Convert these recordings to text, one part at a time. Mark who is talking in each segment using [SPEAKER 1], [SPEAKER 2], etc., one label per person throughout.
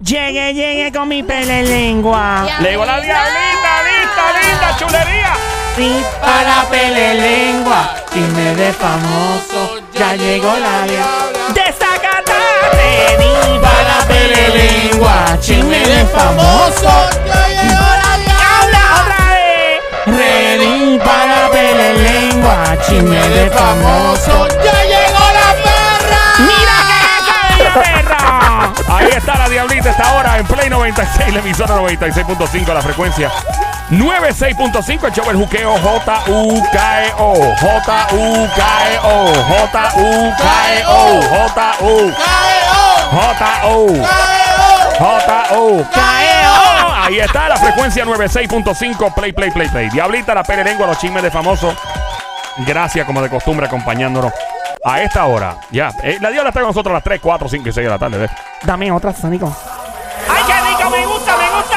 [SPEAKER 1] Llegué, llegué con mi pele lengua.
[SPEAKER 2] Ya.
[SPEAKER 3] Le digo la diablita, lista, lista, chulería.
[SPEAKER 1] Sí,
[SPEAKER 4] para pelelengua, chisme de famoso, ya llegó la diabla.
[SPEAKER 1] desacatate, diva.
[SPEAKER 4] Para pelelengua, chisme de famoso, ya llegó la
[SPEAKER 1] Habla
[SPEAKER 4] diabla.
[SPEAKER 1] otra vez.
[SPEAKER 4] Ready para pelelengua, chisme de famoso, ya llegó la perra.
[SPEAKER 1] Mira que esa es la perra.
[SPEAKER 3] Ahí está la diablita, está ahora en Play 96, la emisora 96.5, la frecuencia 96.5, el show El Juqueo, J-U-K-E-O, J-U-K-E-O, J-U-K-E-O, J-U, oh,
[SPEAKER 4] ¡Caeo!
[SPEAKER 3] J-U,
[SPEAKER 4] ¡Caeo!
[SPEAKER 3] J-U.
[SPEAKER 4] ¡Caeo!
[SPEAKER 3] Ahí está la frecuencia 96.5, Play, Play, Play, Play. Diablita, la pererengua, los chismes de famosos. Gracias, como de costumbre, acompañándonos a esta hora. Ya, eh, la diabla está con nosotros a las 3, 4, 5 y 6 de la tarde. ¿ves?
[SPEAKER 1] Dame otra, Sónico.
[SPEAKER 3] ¡Ay, qué rico! ¡Me gusta, me gusta!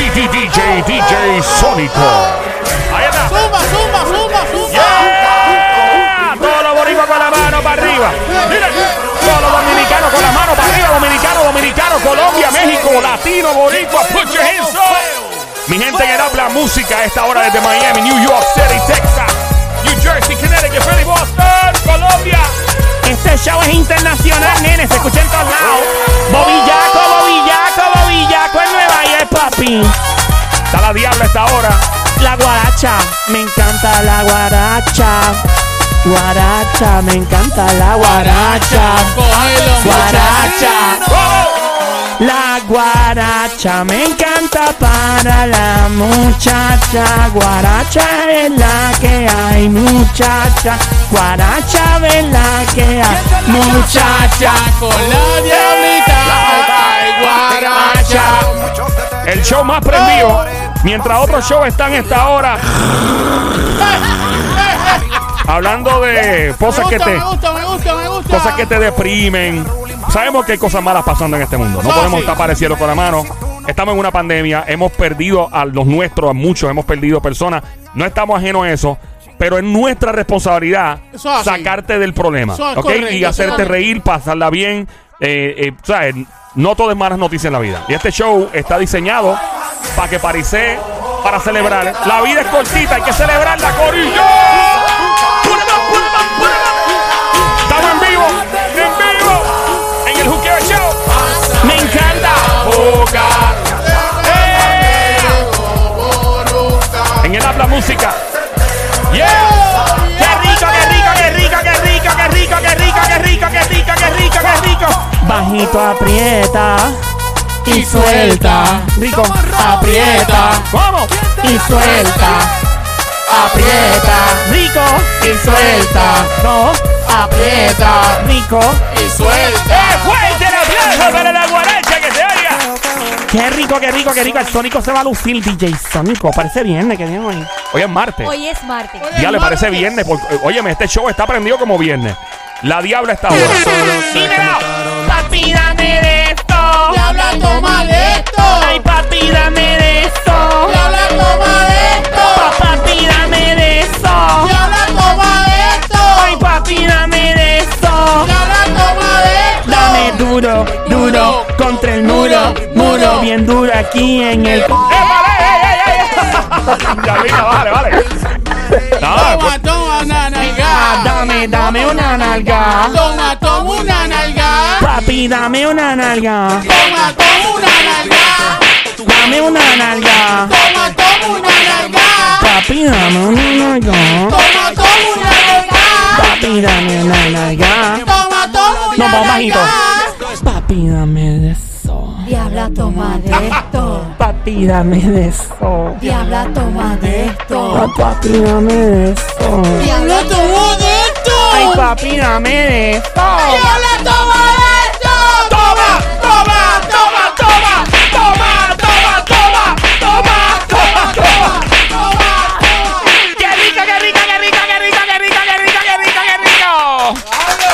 [SPEAKER 3] DJ, DJ, DJ Sónico. Ahí está.
[SPEAKER 4] ¡Zumba, zumba, zumba, zumba!
[SPEAKER 3] ¡Yeah! Todos los boricuas con la mano para arriba. Miren, todos los dominicanos con la mano para arriba. Dominicano, dominicano, Colombia, México, latino, boricua. Put your hands up. Mi gente que habla música a esta hora desde Miami, New York City, Texas, New Jersey, Connecticut, Philly, Boston, Colombia.
[SPEAKER 1] Este show es internacional, nene. Se escucha en todos lados. Bobillaco, bobillaco, bobillaco en Nueva York, papi.
[SPEAKER 3] Está la diabla a esta hora.
[SPEAKER 1] La guaracha. Me encanta la guaracha. Guaracha, me encanta la guaracha. Guaracha.
[SPEAKER 3] ¡Vamos!
[SPEAKER 1] La guaracha me encanta para la muchacha. Guaracha es la que hay, muchacha. Guaracha es la que hay, muchacha.
[SPEAKER 4] con la diablita ay, guaracha.
[SPEAKER 3] El show más prendido. Mientras otros shows están a esta hora. Hablando de cosas que te,
[SPEAKER 4] Me gusta, me gusta, me gusta.
[SPEAKER 3] cosas que te deprimen. Sabemos que hay cosas malas pasando en este mundo. No
[SPEAKER 4] Fácil.
[SPEAKER 3] podemos tapar el cielo con la mano. Estamos en una pandemia. Hemos perdido a los nuestros, a muchos. Hemos perdido personas. No estamos ajenos a eso. Pero es nuestra responsabilidad
[SPEAKER 4] Eso es así.
[SPEAKER 3] sacarte del problema.
[SPEAKER 4] Eso es
[SPEAKER 3] ¿ok?
[SPEAKER 4] correcto,
[SPEAKER 3] y hacerte
[SPEAKER 4] totalmente.
[SPEAKER 3] reír, pasarla bien. Eh, eh, ¿sabes? No todo es malas noticias en la vida. Y este show está diseñado para que parice, para celebrar. La vida es cortita, hay que celebrarla, Corillo. Put 'em up, put 'em up, put 'em up. Estamos en vivo, en vivo, en el Juqueo Show.
[SPEAKER 1] Me encanta.
[SPEAKER 3] Jugar. ¡Eh! En el habla música. Yeah.
[SPEAKER 1] Qué rico, qué rico, qué rico, qué rico, qué rico, qué rico, qué rico, qué rico, qué rico, qué rico. Bajito aprieta
[SPEAKER 4] y suelta,
[SPEAKER 1] rico.
[SPEAKER 4] aprieta
[SPEAKER 3] Vamos.
[SPEAKER 4] y suelta, aprieta
[SPEAKER 1] Rico,
[SPEAKER 4] y suelta,
[SPEAKER 1] no,
[SPEAKER 4] aprieta
[SPEAKER 1] rico.
[SPEAKER 4] y suelta.
[SPEAKER 3] Fuerte el aplauso para la guaracha que se oiga.
[SPEAKER 1] Qué rico, qué rico, qué rico. El Sónico se va a lucir, DJ Sónico. Parece viernes, que bien hoy.
[SPEAKER 3] Hoy es martes.
[SPEAKER 2] Hoy es martes.
[SPEAKER 3] Ya le parece viernes. porque- eh, óyeme, este show está prendido como viernes. La diabla está ahora.
[SPEAKER 1] Dímelo. Papi, dame de esto.
[SPEAKER 4] Diabla, toma de esto.
[SPEAKER 1] Ay, papi, dame de esto.
[SPEAKER 4] Diabla, toma de esto.
[SPEAKER 1] Papi, dame de esto.
[SPEAKER 4] Diabla, toma de
[SPEAKER 1] Ay,
[SPEAKER 4] esto.
[SPEAKER 1] papi, dame de esto.
[SPEAKER 4] Diabla, toma de esto.
[SPEAKER 1] Dame duro, duro, contra el muro, muro, bien duro aquí en el...
[SPEAKER 3] Diablita, vale, vale. Nada,
[SPEAKER 4] Toma,
[SPEAKER 3] pues,
[SPEAKER 4] toma una nalga.
[SPEAKER 1] Ah, Dame, dame una nalga.
[SPEAKER 4] Toma, toma una nalga.
[SPEAKER 1] Papi, dame una nalga.
[SPEAKER 4] Toma, toma una nalga.
[SPEAKER 1] Dame una nalga.
[SPEAKER 4] Toma, toma una nalga.
[SPEAKER 1] Papi, dame una nalga.
[SPEAKER 4] Toma, toma una nalga.
[SPEAKER 1] Papi, dame una nalga.
[SPEAKER 4] Toma, toma una
[SPEAKER 1] Nos vamos bajito.
[SPEAKER 4] nalga.
[SPEAKER 1] Papi, dame de eso.
[SPEAKER 2] Diabla toma de esto.
[SPEAKER 1] Papi, dame de eso.
[SPEAKER 2] Diabla toma de esto.
[SPEAKER 1] Papi, dame de eso.
[SPEAKER 4] Diablo, toma de
[SPEAKER 1] Ay,
[SPEAKER 4] esto.
[SPEAKER 1] papi, dame de eso.
[SPEAKER 4] Diablo, toma de esto. Toma, toma, toma, toma. Toma, toma, toma. Toma, toma, toma.
[SPEAKER 1] ¡Qué rico, qué rico, qué rico, qué rico, qué rico, qué rico, qué rico, qué rico!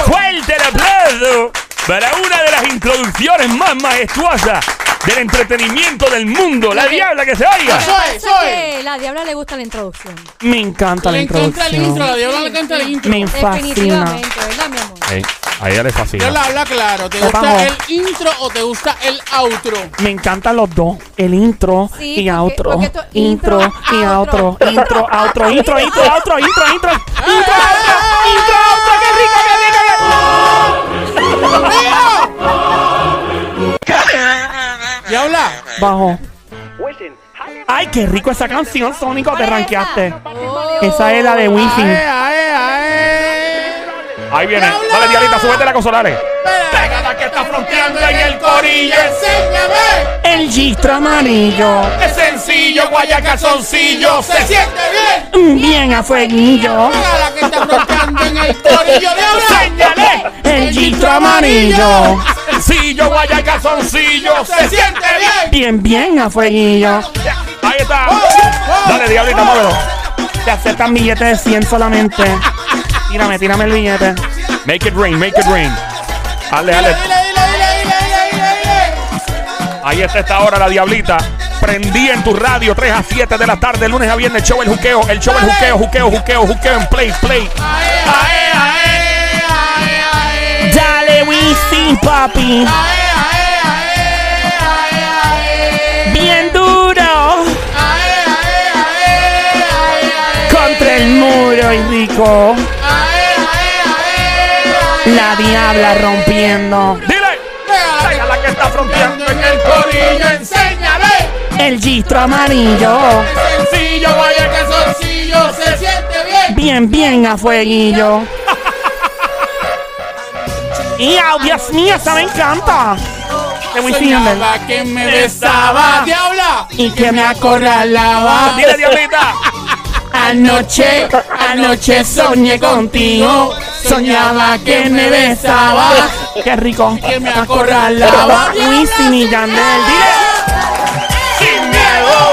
[SPEAKER 3] Fuerte el aplauso para una de las introducciones más majestuosas del entretenimiento del mundo. La diabla que se oiga.
[SPEAKER 4] Soy,
[SPEAKER 2] Pasa
[SPEAKER 4] soy.
[SPEAKER 2] que la diabla le gusta la introducción.
[SPEAKER 1] Me encanta la
[SPEAKER 4] Le encanta el
[SPEAKER 1] introducción.
[SPEAKER 4] intro, la diabla le encanta el intro.
[SPEAKER 1] Me fascina.
[SPEAKER 2] Definitivamente, ¿verdad, mi amor?
[SPEAKER 3] Ey, A ella le fascina.
[SPEAKER 4] Yo le habla claro. ¿Te
[SPEAKER 1] Pues
[SPEAKER 4] gusta
[SPEAKER 1] vamos.
[SPEAKER 4] el intro o te gusta el outro?
[SPEAKER 1] Me encantan los dos. El intro
[SPEAKER 2] Sí,
[SPEAKER 1] y
[SPEAKER 2] porque-
[SPEAKER 1] outro.
[SPEAKER 2] porque esto-
[SPEAKER 1] intro y outro.
[SPEAKER 2] outro.
[SPEAKER 1] Intro, outro, intro, intro, outro, intro, intro.
[SPEAKER 4] ¡Intro, outro! ¡Intro, outro! ¡Qué rico, qué rico, qué rico! Diabla,
[SPEAKER 1] Bajo. Ay, qué rico esa canción, Sónico, te ranqueaste.
[SPEAKER 2] Oh.
[SPEAKER 1] Esa es la de Wisin.
[SPEAKER 4] ae, ae, ae.
[SPEAKER 3] Ahí viene.
[SPEAKER 4] ¡Diabla!
[SPEAKER 3] Dale, Dialita, súbete la consolare.
[SPEAKER 4] Pégate que está fronteando en el corillo, enséñame.
[SPEAKER 1] El gistro amarillo.
[SPEAKER 4] Es sencillo, guayacalzoncillo, se siente bien.
[SPEAKER 1] Bien a fueguillo. Eh,
[SPEAKER 4] Pégala que está fronteando en el corillo, diabla.
[SPEAKER 3] Señale.
[SPEAKER 1] El gistro amarillo.
[SPEAKER 3] Sencillo, guaya y calzoncillo.
[SPEAKER 4] Se siente bien.
[SPEAKER 1] Bien, bien a fueguillo.
[SPEAKER 3] Ahí está. Dale, Diablita, muévelo.
[SPEAKER 1] Te aceptan billetes de 100 solamente. Tírame, tírame el billete.
[SPEAKER 3] Make it rain, make it rain. Dale,
[SPEAKER 4] Dile,
[SPEAKER 3] dale.
[SPEAKER 4] dile, dile, dile, dile, dile, dile.
[SPEAKER 3] Ahí está esta hora la diablita. Prendí en tu radio 3 a 7 de la tarde, lunes a viernes, show el juqueo, el show el juqueo, juqueo, juqueo, juqueo en play, play.
[SPEAKER 4] Ae, ae, ae, ae, ae.
[SPEAKER 1] Dale, Wisin, papi.
[SPEAKER 4] Ae, ae, ae, ae, ae.
[SPEAKER 1] Bien duro.
[SPEAKER 4] Ae, ae, ae, ae, ae.
[SPEAKER 1] Contra el muro y rico.
[SPEAKER 4] Ae, ae, ae, ae.
[SPEAKER 1] La diabla rompiendo.
[SPEAKER 3] Dile,
[SPEAKER 4] Pégala
[SPEAKER 3] la que está fronteando.
[SPEAKER 4] en el corillo, enséñale.
[SPEAKER 1] El gistro amarillo.
[SPEAKER 4] Es sencillo, guayacalzoncillo, se siente bien.
[SPEAKER 1] Bien, bien a fueguillo. Y oh, Dios mío, esa me encanta. De Wisin y Yandel.
[SPEAKER 4] Soñaba que me besaba, diabla, y que me acorralaba.
[SPEAKER 3] Dile, diablita.
[SPEAKER 4] Anoche, anoche soñé contigo. Soñaba que me besaba,
[SPEAKER 1] Qué rico.
[SPEAKER 4] que me acorralaba.
[SPEAKER 1] Wisin y Yandel. Dile.
[SPEAKER 3] Sin miedo.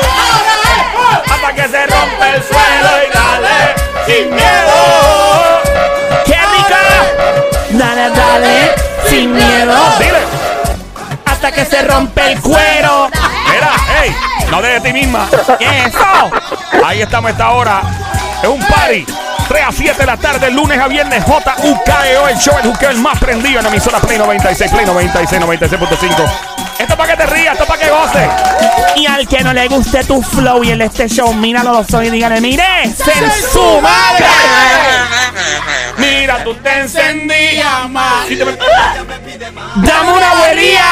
[SPEAKER 3] Hasta que se rompe el suelo y dale. Sin miedo.
[SPEAKER 1] ¡Qué rico! Dale, dale. Sin miedo.
[SPEAKER 3] Dile.
[SPEAKER 1] Hasta que se rompe el cuero.
[SPEAKER 3] Mira, hey, no de ti misma.
[SPEAKER 1] ¡Eso!
[SPEAKER 3] Ahí estamos esta hora. Es un party. 3 a 7 de la tarde, lunes a viernes, J.U.K.E.O. E El show, el juqueo, el más prendido en la emisora Play 96, Play 96, 96.5. Esto es para que te rías, esto es para que goces.
[SPEAKER 1] Y al que no le guste tu flow y el de este show, míralo los ojos y dígale, mire, ser su madre.
[SPEAKER 3] Mira, tú te encendí.
[SPEAKER 4] Encendía más.
[SPEAKER 1] Dame una abuelía.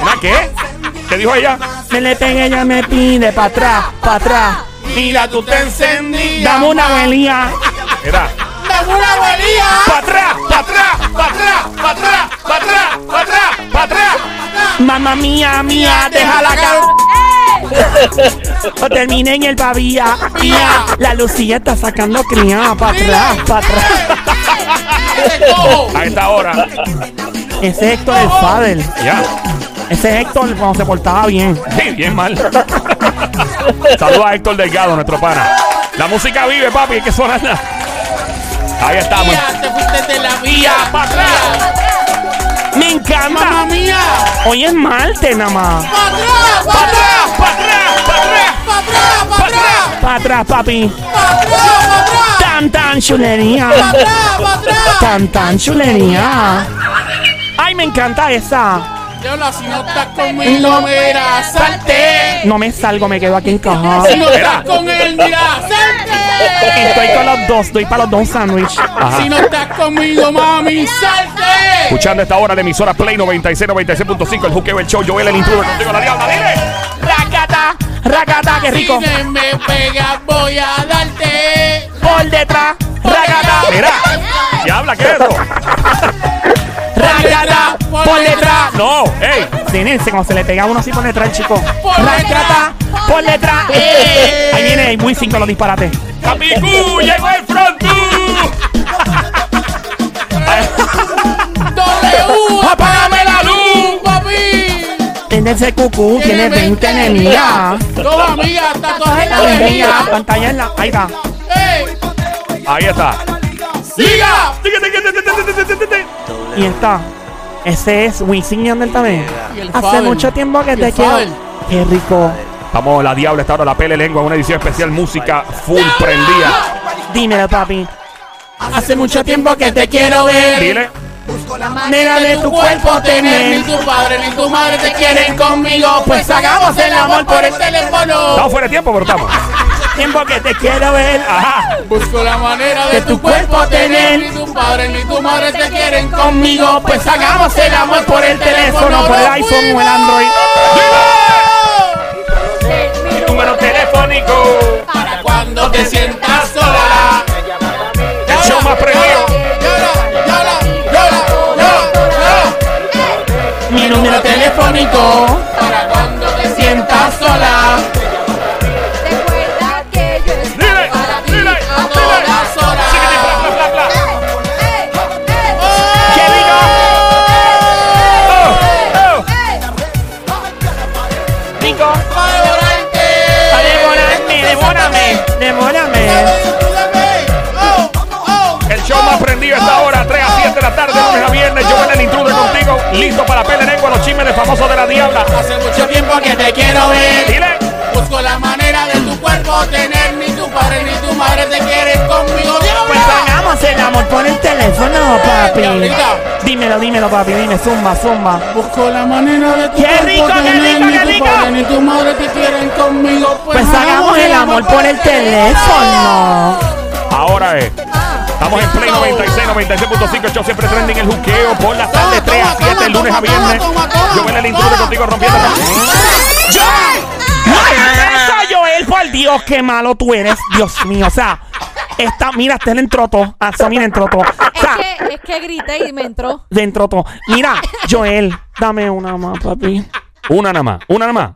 [SPEAKER 3] ¿Una qué? ¿Qué dijo ella?
[SPEAKER 1] Me le pegué, ella me pide, para atrás, para atrás.
[SPEAKER 4] Mira, tú te encendías.
[SPEAKER 1] Dame una abuelía.
[SPEAKER 3] Mira.
[SPEAKER 4] Dame una abuelía.
[SPEAKER 3] ¡Para atrás, para atrás, para atrás, para atrás, para atrás, para atrás, para atrás!
[SPEAKER 1] Mamá mía, mía, déjala acá. O termine en el pavía. Mía. La Lucía está sacando cría, para atrás, para atrás.
[SPEAKER 4] Te cojo.
[SPEAKER 3] A esta hora.
[SPEAKER 1] Ese es Héctor el Fader.
[SPEAKER 3] Ya.
[SPEAKER 1] Ese es Héctor cuando se portaba bien.
[SPEAKER 3] Sí, bien mal. Saludos a Héctor Delgado, nuestro pana. La música vive, papi, hay que sonarla. Ahí estamos.
[SPEAKER 4] Mira, te fuiste de la vía.
[SPEAKER 3] para atrás.
[SPEAKER 1] Me encanta.
[SPEAKER 4] Mamma mía.
[SPEAKER 1] Hoy es martes nada más.
[SPEAKER 4] Para atrás, para
[SPEAKER 3] Para
[SPEAKER 4] atrás.
[SPEAKER 3] atrás, para atrás, para atrás.
[SPEAKER 4] Para atrás, para atrás.
[SPEAKER 1] Para atrás, papi.
[SPEAKER 4] Para atrás,
[SPEAKER 1] Tan tan chulería.
[SPEAKER 4] para atrás. Para atrás, para atrás.
[SPEAKER 1] Tan tan chulería. Ay, me encanta esa.
[SPEAKER 4] Diabla, si no estás conmigo, mira, salte.
[SPEAKER 1] No me salgo, me quedo aquí encajado.
[SPEAKER 4] Si no
[SPEAKER 3] Mira.
[SPEAKER 4] estás con él, mira,
[SPEAKER 1] Estoy
[SPEAKER 4] salte.
[SPEAKER 1] con los dos, estoy para los dos sándwich.
[SPEAKER 4] Si no estás conmigo, mami, salte.
[SPEAKER 3] Escuchando esta hora de emisora Play 96, 96.5, el juqueo, el show, Joel, el intruder, contigo la diabla, dile.
[SPEAKER 1] Racata, racata, qué
[SPEAKER 4] Si
[SPEAKER 1] rico.
[SPEAKER 4] me- me pegas, voy a darte.
[SPEAKER 1] Por detrás, racata,
[SPEAKER 3] Mira, diabla, ¿qué es eso?
[SPEAKER 1] racata, por detrás.
[SPEAKER 3] No, hey,
[SPEAKER 1] Tenense, como se le pega a uno así por detrás, chico.
[SPEAKER 4] Por
[SPEAKER 1] Racata, por detrás. ¡Eh! Ahí viene el Wisin con los disparates.
[SPEAKER 3] Capicú, llegó el frontú.
[SPEAKER 4] W,
[SPEAKER 3] Apágame la luz.
[SPEAKER 4] papi.
[SPEAKER 1] Tendense cucú, tiene 20 enemigas.
[SPEAKER 4] Dos amigas, está todas en la
[SPEAKER 1] Enemigas,
[SPEAKER 4] avenida.
[SPEAKER 1] pantalla en la. Ahí está.
[SPEAKER 4] ¡Ey!
[SPEAKER 3] Ahí está.
[SPEAKER 4] ¡Liga!
[SPEAKER 1] Y está. Ese es Wisin y Yandel también.
[SPEAKER 4] Y el
[SPEAKER 1] Hace
[SPEAKER 4] Fabel.
[SPEAKER 1] mucho tiempo que
[SPEAKER 4] Y
[SPEAKER 1] te
[SPEAKER 4] el
[SPEAKER 1] quiero.
[SPEAKER 4] Fabel.
[SPEAKER 1] Qué rico.
[SPEAKER 3] Vamos, la diabla está ahora la pele lengua, una edición especial música full prendida.
[SPEAKER 1] Dímelo, papi.
[SPEAKER 4] Hace mucho tiempo que te quiero ver.
[SPEAKER 3] Dile,
[SPEAKER 4] Busco la
[SPEAKER 1] manera de tu cuerpo tener.
[SPEAKER 4] Ni tu padre ni tu madre te quieren conmigo. Pues hagamos el amor por el teléfono.
[SPEAKER 3] Estamos fuera de tiempo, pero estamos.
[SPEAKER 1] Tiempo que te quiero ver.
[SPEAKER 3] Ajá.
[SPEAKER 4] Busco la manera de
[SPEAKER 1] Que tu
[SPEAKER 4] tu cuerpo
[SPEAKER 1] cuerpo
[SPEAKER 4] tener.
[SPEAKER 1] tener.
[SPEAKER 4] Ni tu padre ni tu madre te quieren conmigo. Pues hagamos el amor por el teléfono.
[SPEAKER 1] Teléfono por el
[SPEAKER 4] ¡Nos
[SPEAKER 1] iPhone o el
[SPEAKER 4] fuimos!
[SPEAKER 1] Android.
[SPEAKER 3] Mi número telefónico.
[SPEAKER 4] Para cuando te sientas sola.
[SPEAKER 3] El show más prendido.
[SPEAKER 4] Llora, llora, llora, llora, llora.
[SPEAKER 1] Mi número
[SPEAKER 4] Número
[SPEAKER 1] te
[SPEAKER 4] telefónico para cuando te sientas sola.
[SPEAKER 5] Recuerda que yo estoy
[SPEAKER 3] Dile,
[SPEAKER 5] para ti
[SPEAKER 3] dile,
[SPEAKER 5] a
[SPEAKER 3] dile.
[SPEAKER 5] todas horas.
[SPEAKER 3] Chiquiti, bla, bla, bla, bla.
[SPEAKER 5] ¡Ey! ¡Ey!
[SPEAKER 3] ¡Qué rico!
[SPEAKER 5] ¡Ey!
[SPEAKER 1] Rico.
[SPEAKER 4] Valorante.
[SPEAKER 1] Devórame, devórame, devórame.
[SPEAKER 3] El show más prendido esta hora, 3 a 7 de la tarde, lunes a viernes. Yo en el intruder contigo, listo para pelear lengua, los chismes de famosos de la diabla.
[SPEAKER 4] Hace mucho tiempo que te quiero ver.
[SPEAKER 3] Dile,
[SPEAKER 4] Busco la manera de tu cuerpo tener. Ni tu padre ni tu madre te quieren conmigo.
[SPEAKER 1] Pues hagamos el amor por el teléfono, papi.
[SPEAKER 4] Diablita.
[SPEAKER 1] Dímelo, dímelo, papi, dime, zumba, zumba.
[SPEAKER 4] Busco la manera de tu
[SPEAKER 1] ¡Qué
[SPEAKER 4] cuerpo
[SPEAKER 1] rico, qué
[SPEAKER 4] tener,
[SPEAKER 1] rico,
[SPEAKER 4] ni
[SPEAKER 1] qué
[SPEAKER 4] tu
[SPEAKER 1] rico!
[SPEAKER 4] padre ni tu madre te quieren conmigo.
[SPEAKER 1] Pues hagamos el amor por el teléfono.
[SPEAKER 3] ahora es. Estamos en Play 96, 96.5, show siempre trending el juqueo por las tardes, 3 a 7, lunes a viernes. Yo en el intruder contigo rompiendo.
[SPEAKER 1] ¡Eso, Joel! Por Dios, qué malo tú eres, Dios mío. O sea, esta, mira, está en troto. Ah, eso, mira, en troto. O
[SPEAKER 2] Es
[SPEAKER 1] sea,
[SPEAKER 2] que, es que grité y me entró.
[SPEAKER 1] dentro todo. Mira, Joel, dame una más, papi.
[SPEAKER 3] Una nada más, una nada más.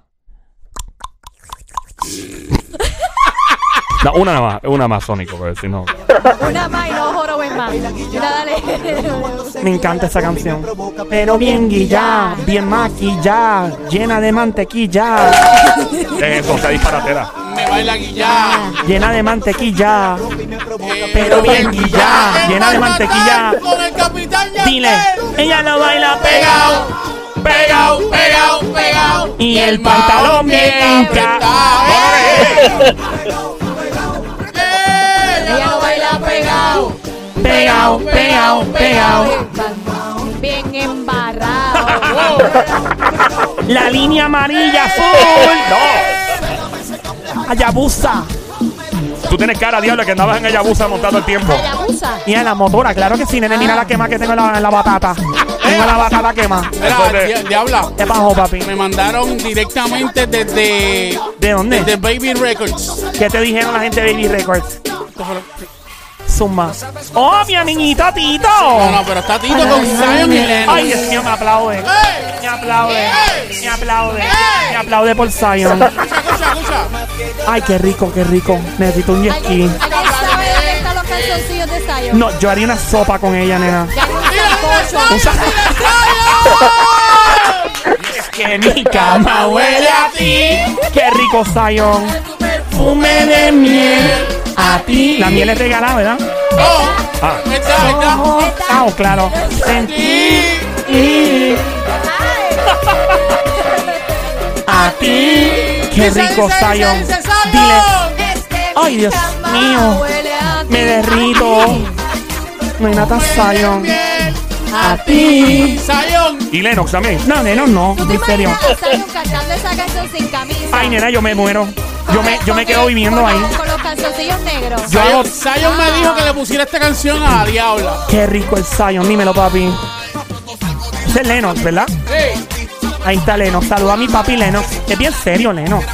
[SPEAKER 3] No, una nada más, una más, Sónico, porque si no.
[SPEAKER 2] Una más y no joroben más. Mira, dale.
[SPEAKER 1] Me encanta esa canción. Pero bien guillá, bien maquillá, llena de mantequilla,
[SPEAKER 3] Eso, sea disparatera.
[SPEAKER 4] Me baila guillá.
[SPEAKER 1] llena de mantequilla.
[SPEAKER 4] Pero bien guillá.
[SPEAKER 1] Llena de mantequilla.
[SPEAKER 4] Con el capitán
[SPEAKER 1] Dile, ella lo baila pegado
[SPEAKER 4] Pegao, pegao, pegao, pegao.
[SPEAKER 1] y el pantalón bien
[SPEAKER 4] apretado. Eh,
[SPEAKER 5] Ella lo baila pegado,
[SPEAKER 1] pegado, pegado, pegado.
[SPEAKER 5] bien embarrado.
[SPEAKER 1] La línea amarilla azul. Ayabusa.
[SPEAKER 3] Tú tienes cara, diablo, que andabas en Ayabusa montando el tiempo.
[SPEAKER 5] Ella abusa.
[SPEAKER 1] Mira la motora, claro que sí, nene. Mira la quema que tengo en la, en la batata. Tengo la batata quema.
[SPEAKER 4] mira, dia- Diabla,
[SPEAKER 1] Te bajo, papi.
[SPEAKER 4] me mandaron directamente desde,
[SPEAKER 1] ¿De
[SPEAKER 4] desde
[SPEAKER 1] dónde?
[SPEAKER 4] Baby Records.
[SPEAKER 1] ¿Qué te dijeron la gente de Baby Records? Zumba. ¡Oh, mi amiguito Tito!
[SPEAKER 4] No, no, pero está Tito con Zion y Lennon.
[SPEAKER 1] Ay, Dios mío, me aplaude.
[SPEAKER 4] ¡Ey!
[SPEAKER 1] Me aplaude. Me aplaude. Me aplaude por Zion.
[SPEAKER 4] Escucha, escucha, escucha.
[SPEAKER 1] Ay, qué rico, qué rico. Necesito un jet ski.
[SPEAKER 5] ¿Alguien, ¿Alguien sabe dónde están los calzoncillos de Sayo?
[SPEAKER 1] No, yo haría una sopa con ella, nena.
[SPEAKER 5] Ya no
[SPEAKER 4] ¡Mira, mira,
[SPEAKER 5] cocho.
[SPEAKER 4] Zion, mira, Zion!
[SPEAKER 1] Es que mi cama
[SPEAKER 4] Huele a ti,
[SPEAKER 1] Qué rico, Zion.
[SPEAKER 4] fume de miel, a ti.
[SPEAKER 1] La miel es regalada, ¿verdad?
[SPEAKER 4] Oh,
[SPEAKER 3] Ah.
[SPEAKER 4] está, está.
[SPEAKER 1] Ah, oh, claro. Sentí a ti. Qué rico, Zion. Dile,
[SPEAKER 5] Es que mi
[SPEAKER 1] Ay, Dios
[SPEAKER 5] cama
[SPEAKER 1] mío.
[SPEAKER 5] huele a
[SPEAKER 1] me
[SPEAKER 5] ti.
[SPEAKER 1] derrito. No hay nada, Zion.
[SPEAKER 4] A ti, Sayón.
[SPEAKER 3] Y Lennox también.
[SPEAKER 1] No, nena, no.
[SPEAKER 5] ¿Tú te
[SPEAKER 1] En serio.
[SPEAKER 5] imaginas a Sayo cantando esa canción sin camisa?
[SPEAKER 1] Ay, nena, yo me muero. Yo me, yo me
[SPEAKER 5] Con
[SPEAKER 1] quedo
[SPEAKER 5] el-
[SPEAKER 1] viviendo
[SPEAKER 5] con
[SPEAKER 1] ahí.
[SPEAKER 5] los- Con los calzoncillos negros.
[SPEAKER 1] Yo hago-
[SPEAKER 4] Sayón, Sayón me dijo que le pusiera esta canción a Diabla.
[SPEAKER 1] Qué rico el Zion. Dímelo, papi. Ese es Lennox, ¿verdad?
[SPEAKER 4] Hey,
[SPEAKER 1] Ahí está Lennox. Saluda a mi papi Lennox. Es bien serio, Lennox.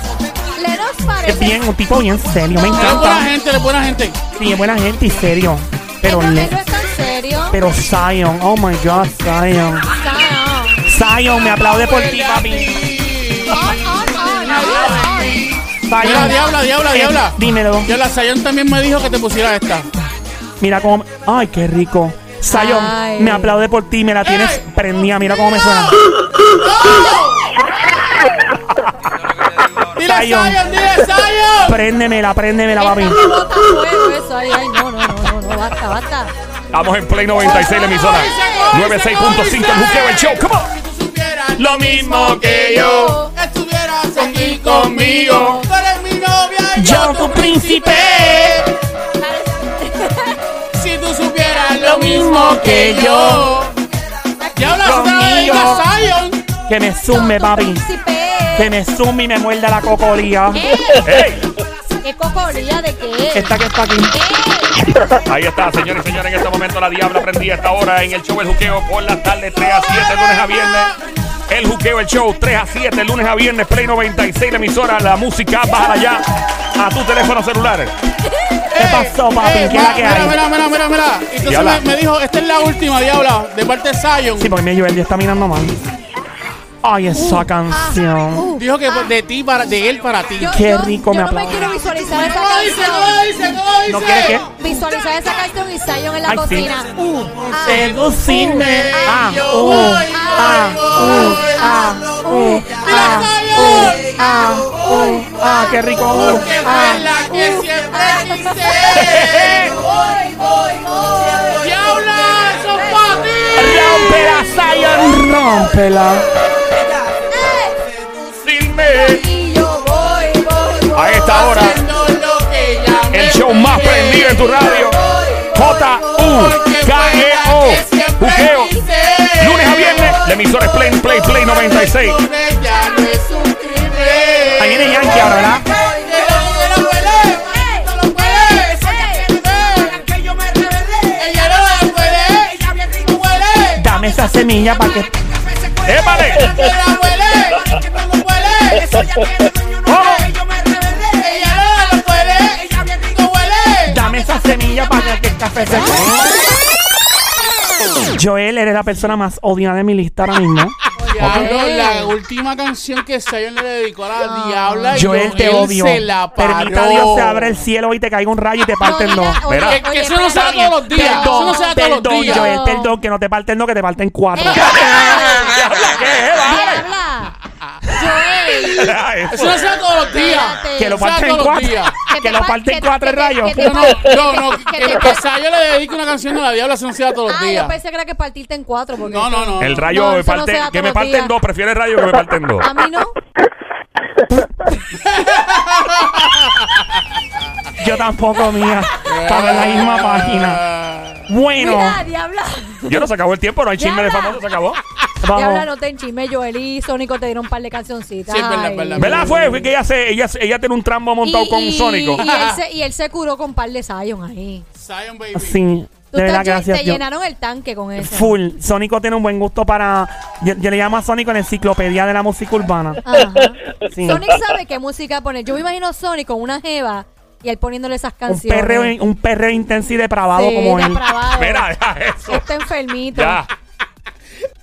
[SPEAKER 5] Lenos
[SPEAKER 1] Es
[SPEAKER 5] parece.
[SPEAKER 1] bien, un tipo bien serio.
[SPEAKER 4] él
[SPEAKER 1] Me
[SPEAKER 4] es buena
[SPEAKER 1] encanta.
[SPEAKER 4] gente, él es buena gente.
[SPEAKER 1] Sí, es buena gente y serio. Pero,
[SPEAKER 5] Pero
[SPEAKER 1] Le-
[SPEAKER 5] no es tan serio.
[SPEAKER 1] pero Zion. Oh my God, Zion.
[SPEAKER 5] Sayo.
[SPEAKER 1] Zion, me aplaude por ti, papi.
[SPEAKER 5] On, on, on, on, on.
[SPEAKER 4] Mira,
[SPEAKER 1] Zion.
[SPEAKER 4] Diabla, Diabla,
[SPEAKER 1] Eh,
[SPEAKER 4] Diabla.
[SPEAKER 1] Dímelo.
[SPEAKER 4] Diabla, Sayón también me dijo que te pusiera esta.
[SPEAKER 1] Mira cómo. Ay, qué rico. Zion,
[SPEAKER 2] Ay.
[SPEAKER 1] me aplaude por ti. Me la tienes prendida. Mira cómo me suena.
[SPEAKER 4] Dile
[SPEAKER 1] Sayón.
[SPEAKER 4] Sayón, dile Sayón.
[SPEAKER 1] Préndemela, préndemela, papi.
[SPEAKER 2] Esta bota fuego, eso. Ay, ay, no, no, no, no, no, basta, basta.
[SPEAKER 3] Estamos en Play 96, la emisora. 96.5, el juqueo, el show. Come on.
[SPEAKER 4] Si tú supieras
[SPEAKER 3] Lo mismo que yo.
[SPEAKER 4] Estuvieras aquí conmigo. Tú eres mi novia y yo, tu príncipe. Si tú supieras lo mismo que yo.
[SPEAKER 1] yo.
[SPEAKER 4] Zion.
[SPEAKER 1] Que me sume, papi. Que me sume y me muerda la cocolía.
[SPEAKER 3] ¡Ey!
[SPEAKER 5] ¿Qué cocolía de qué?
[SPEAKER 1] Esta que está aquí.
[SPEAKER 5] ¡Ey!
[SPEAKER 3] Ahí está, señores y señores. En este momento la diabla prendía esta hora en el show El Juqueo por las tardes 3 a 7, lunes a viernes. El Juqueo, el show 3 a 7, lunes a viernes, Play 96, la emisora, la música, bájala ya a tu teléfono celular.
[SPEAKER 1] ¿Qué pasó, papi?
[SPEAKER 4] Eh,
[SPEAKER 1] ¿Qué es la que
[SPEAKER 4] mira,
[SPEAKER 1] hay?
[SPEAKER 4] Mira, mira, mira, mira. Entonces
[SPEAKER 3] Diabla.
[SPEAKER 4] me, me dijo, esta es la última, diabla, de parte de Zion.
[SPEAKER 1] Sí, porque mi Joel ya está mirando mal. Ay, esa canción.
[SPEAKER 4] Dijo que de ti para, de él para ti.
[SPEAKER 5] Yo-
[SPEAKER 1] Qué
[SPEAKER 5] yo-
[SPEAKER 1] rico, me
[SPEAKER 5] Yo no me
[SPEAKER 1] aplaudo.
[SPEAKER 5] quiero visualizar esa
[SPEAKER 4] ¿Cómo dice?
[SPEAKER 5] canción.
[SPEAKER 4] ¿Cómo dice? ¿Cómo dice?
[SPEAKER 1] ¿No quiere qué?
[SPEAKER 5] Visualizar esa canción y Zion en la
[SPEAKER 1] Ay, sí.
[SPEAKER 5] cocina. Ah.
[SPEAKER 1] Seducirme. Ah,
[SPEAKER 4] Yo
[SPEAKER 1] uh,
[SPEAKER 4] voy,
[SPEAKER 1] ah, uh, ah, uh,
[SPEAKER 4] Mira,
[SPEAKER 1] ah,
[SPEAKER 4] Zion.
[SPEAKER 1] ah, uh, ah, qué rico. uh,
[SPEAKER 4] Que
[SPEAKER 1] ah.
[SPEAKER 4] fue la que siempre
[SPEAKER 5] Voy,
[SPEAKER 4] quise.
[SPEAKER 5] voy,
[SPEAKER 1] uh,
[SPEAKER 5] voy.
[SPEAKER 4] Diabla, eso es para ti.
[SPEAKER 1] Rómpela, Zion, rómpela.
[SPEAKER 3] Silme.
[SPEAKER 5] Y yo voy, voy, voy.
[SPEAKER 3] A esta hora,
[SPEAKER 4] Haciendo lo que ella me
[SPEAKER 3] el show más
[SPEAKER 4] pide.
[SPEAKER 3] prendido en tu radio. J-U-K-E-O.
[SPEAKER 4] Porque fue la que siempre
[SPEAKER 3] Juqueo.
[SPEAKER 4] quise.
[SPEAKER 3] Lunes a viernes, la emisora es Play, Play, Play 96.
[SPEAKER 4] Con ella no es un crimen.
[SPEAKER 1] Ahí viene Yankee ahora, ¿verdad? Dame esa semilla para que.
[SPEAKER 3] ¡Épale!
[SPEAKER 1] Dame esa semilla para que el café se. Joel, eres la persona más odiada de mi lista ahora mismo.
[SPEAKER 4] Diablo, la última canción que Zion le dedicó a la diabla y
[SPEAKER 1] Joel, te
[SPEAKER 4] Joel
[SPEAKER 1] odio.
[SPEAKER 4] se la paró.
[SPEAKER 1] Permita Dios se abra el cielo y te caiga un rayo y te parten dos.
[SPEAKER 4] Que- que eso no se da todos los días. eso no se da todos los
[SPEAKER 1] Perdón,
[SPEAKER 4] días.
[SPEAKER 1] Joel, perdón, que no te parten dos, que te parten
[SPEAKER 5] Eh,
[SPEAKER 1] cuatro.
[SPEAKER 5] Diabla. Joel.
[SPEAKER 4] Eso no se
[SPEAKER 3] pues,
[SPEAKER 4] da todos los días.
[SPEAKER 5] Espérate.
[SPEAKER 1] Que lo
[SPEAKER 4] Eso no se da
[SPEAKER 1] parten
[SPEAKER 4] todos los
[SPEAKER 1] cuatro.
[SPEAKER 4] días.
[SPEAKER 5] Que
[SPEAKER 1] Que
[SPEAKER 5] te
[SPEAKER 1] lo
[SPEAKER 5] pa-
[SPEAKER 1] parten
[SPEAKER 5] que-
[SPEAKER 1] cuatro
[SPEAKER 5] que te-
[SPEAKER 1] rayos.
[SPEAKER 5] que
[SPEAKER 4] No,
[SPEAKER 5] te-
[SPEAKER 4] no, no, no,
[SPEAKER 5] Que
[SPEAKER 4] que,
[SPEAKER 5] te-
[SPEAKER 4] que Zion le dedique una canción a la diabla, eso no se da todos los
[SPEAKER 5] Ah, yo
[SPEAKER 4] días.
[SPEAKER 5] pensé que era que partirte en cuatro. porque
[SPEAKER 4] No, no, Eh, no.
[SPEAKER 3] El
[SPEAKER 4] no.
[SPEAKER 3] rayo
[SPEAKER 5] No,
[SPEAKER 3] me
[SPEAKER 5] eso no
[SPEAKER 3] parte,
[SPEAKER 5] se da
[SPEAKER 3] que
[SPEAKER 5] todos
[SPEAKER 3] me
[SPEAKER 5] los
[SPEAKER 3] parten
[SPEAKER 5] días.
[SPEAKER 3] dos, prefiere el rayo que me parten dos.
[SPEAKER 5] A mí no.
[SPEAKER 1] Yo tampoco, mía. Estaba en la misma
[SPEAKER 4] eh,
[SPEAKER 1] página. Bueno,
[SPEAKER 5] Mira, Diabla.
[SPEAKER 3] Yo no se acabó el tiempo, no hay chisme de
[SPEAKER 5] Diabla.
[SPEAKER 3] famoso, se acabó.
[SPEAKER 5] Diabla,
[SPEAKER 1] vamos.
[SPEAKER 5] no te enchisme. Joel y Sónico te dieron un par de cancioncitas.
[SPEAKER 4] Sí, es verdad,
[SPEAKER 5] Ay.
[SPEAKER 4] es verdad.
[SPEAKER 3] ¿Verdad? Fue fue que ella, se, ella, ella tiene un trambo montado
[SPEAKER 5] Y-
[SPEAKER 3] con un
[SPEAKER 5] y-
[SPEAKER 3] sónico.
[SPEAKER 5] Y él, se, y él se curó con par de Zion ahí.
[SPEAKER 4] Zion Baby.
[SPEAKER 1] Sí,
[SPEAKER 5] Tú
[SPEAKER 1] de verdad,
[SPEAKER 5] te-
[SPEAKER 1] gracias
[SPEAKER 5] te
[SPEAKER 1] Dios.
[SPEAKER 5] llenaron el tanque con eso.
[SPEAKER 1] Full. Sónico tiene un buen gusto para. Yo, yo le llamo a Sónico la enciclopedia de la música urbana.
[SPEAKER 5] Ajá.
[SPEAKER 1] Sí.
[SPEAKER 5] Sonic sabe qué música poner. Yo me imagino a Sonic con una jeva y él poniéndole esas
[SPEAKER 1] Un
[SPEAKER 5] canciones.
[SPEAKER 1] perreo, in- un perreo intenso y depravado
[SPEAKER 5] Sí,
[SPEAKER 1] como él.
[SPEAKER 5] depravado.
[SPEAKER 3] Mira, deja eso.
[SPEAKER 5] Está enfermito.
[SPEAKER 3] Ya.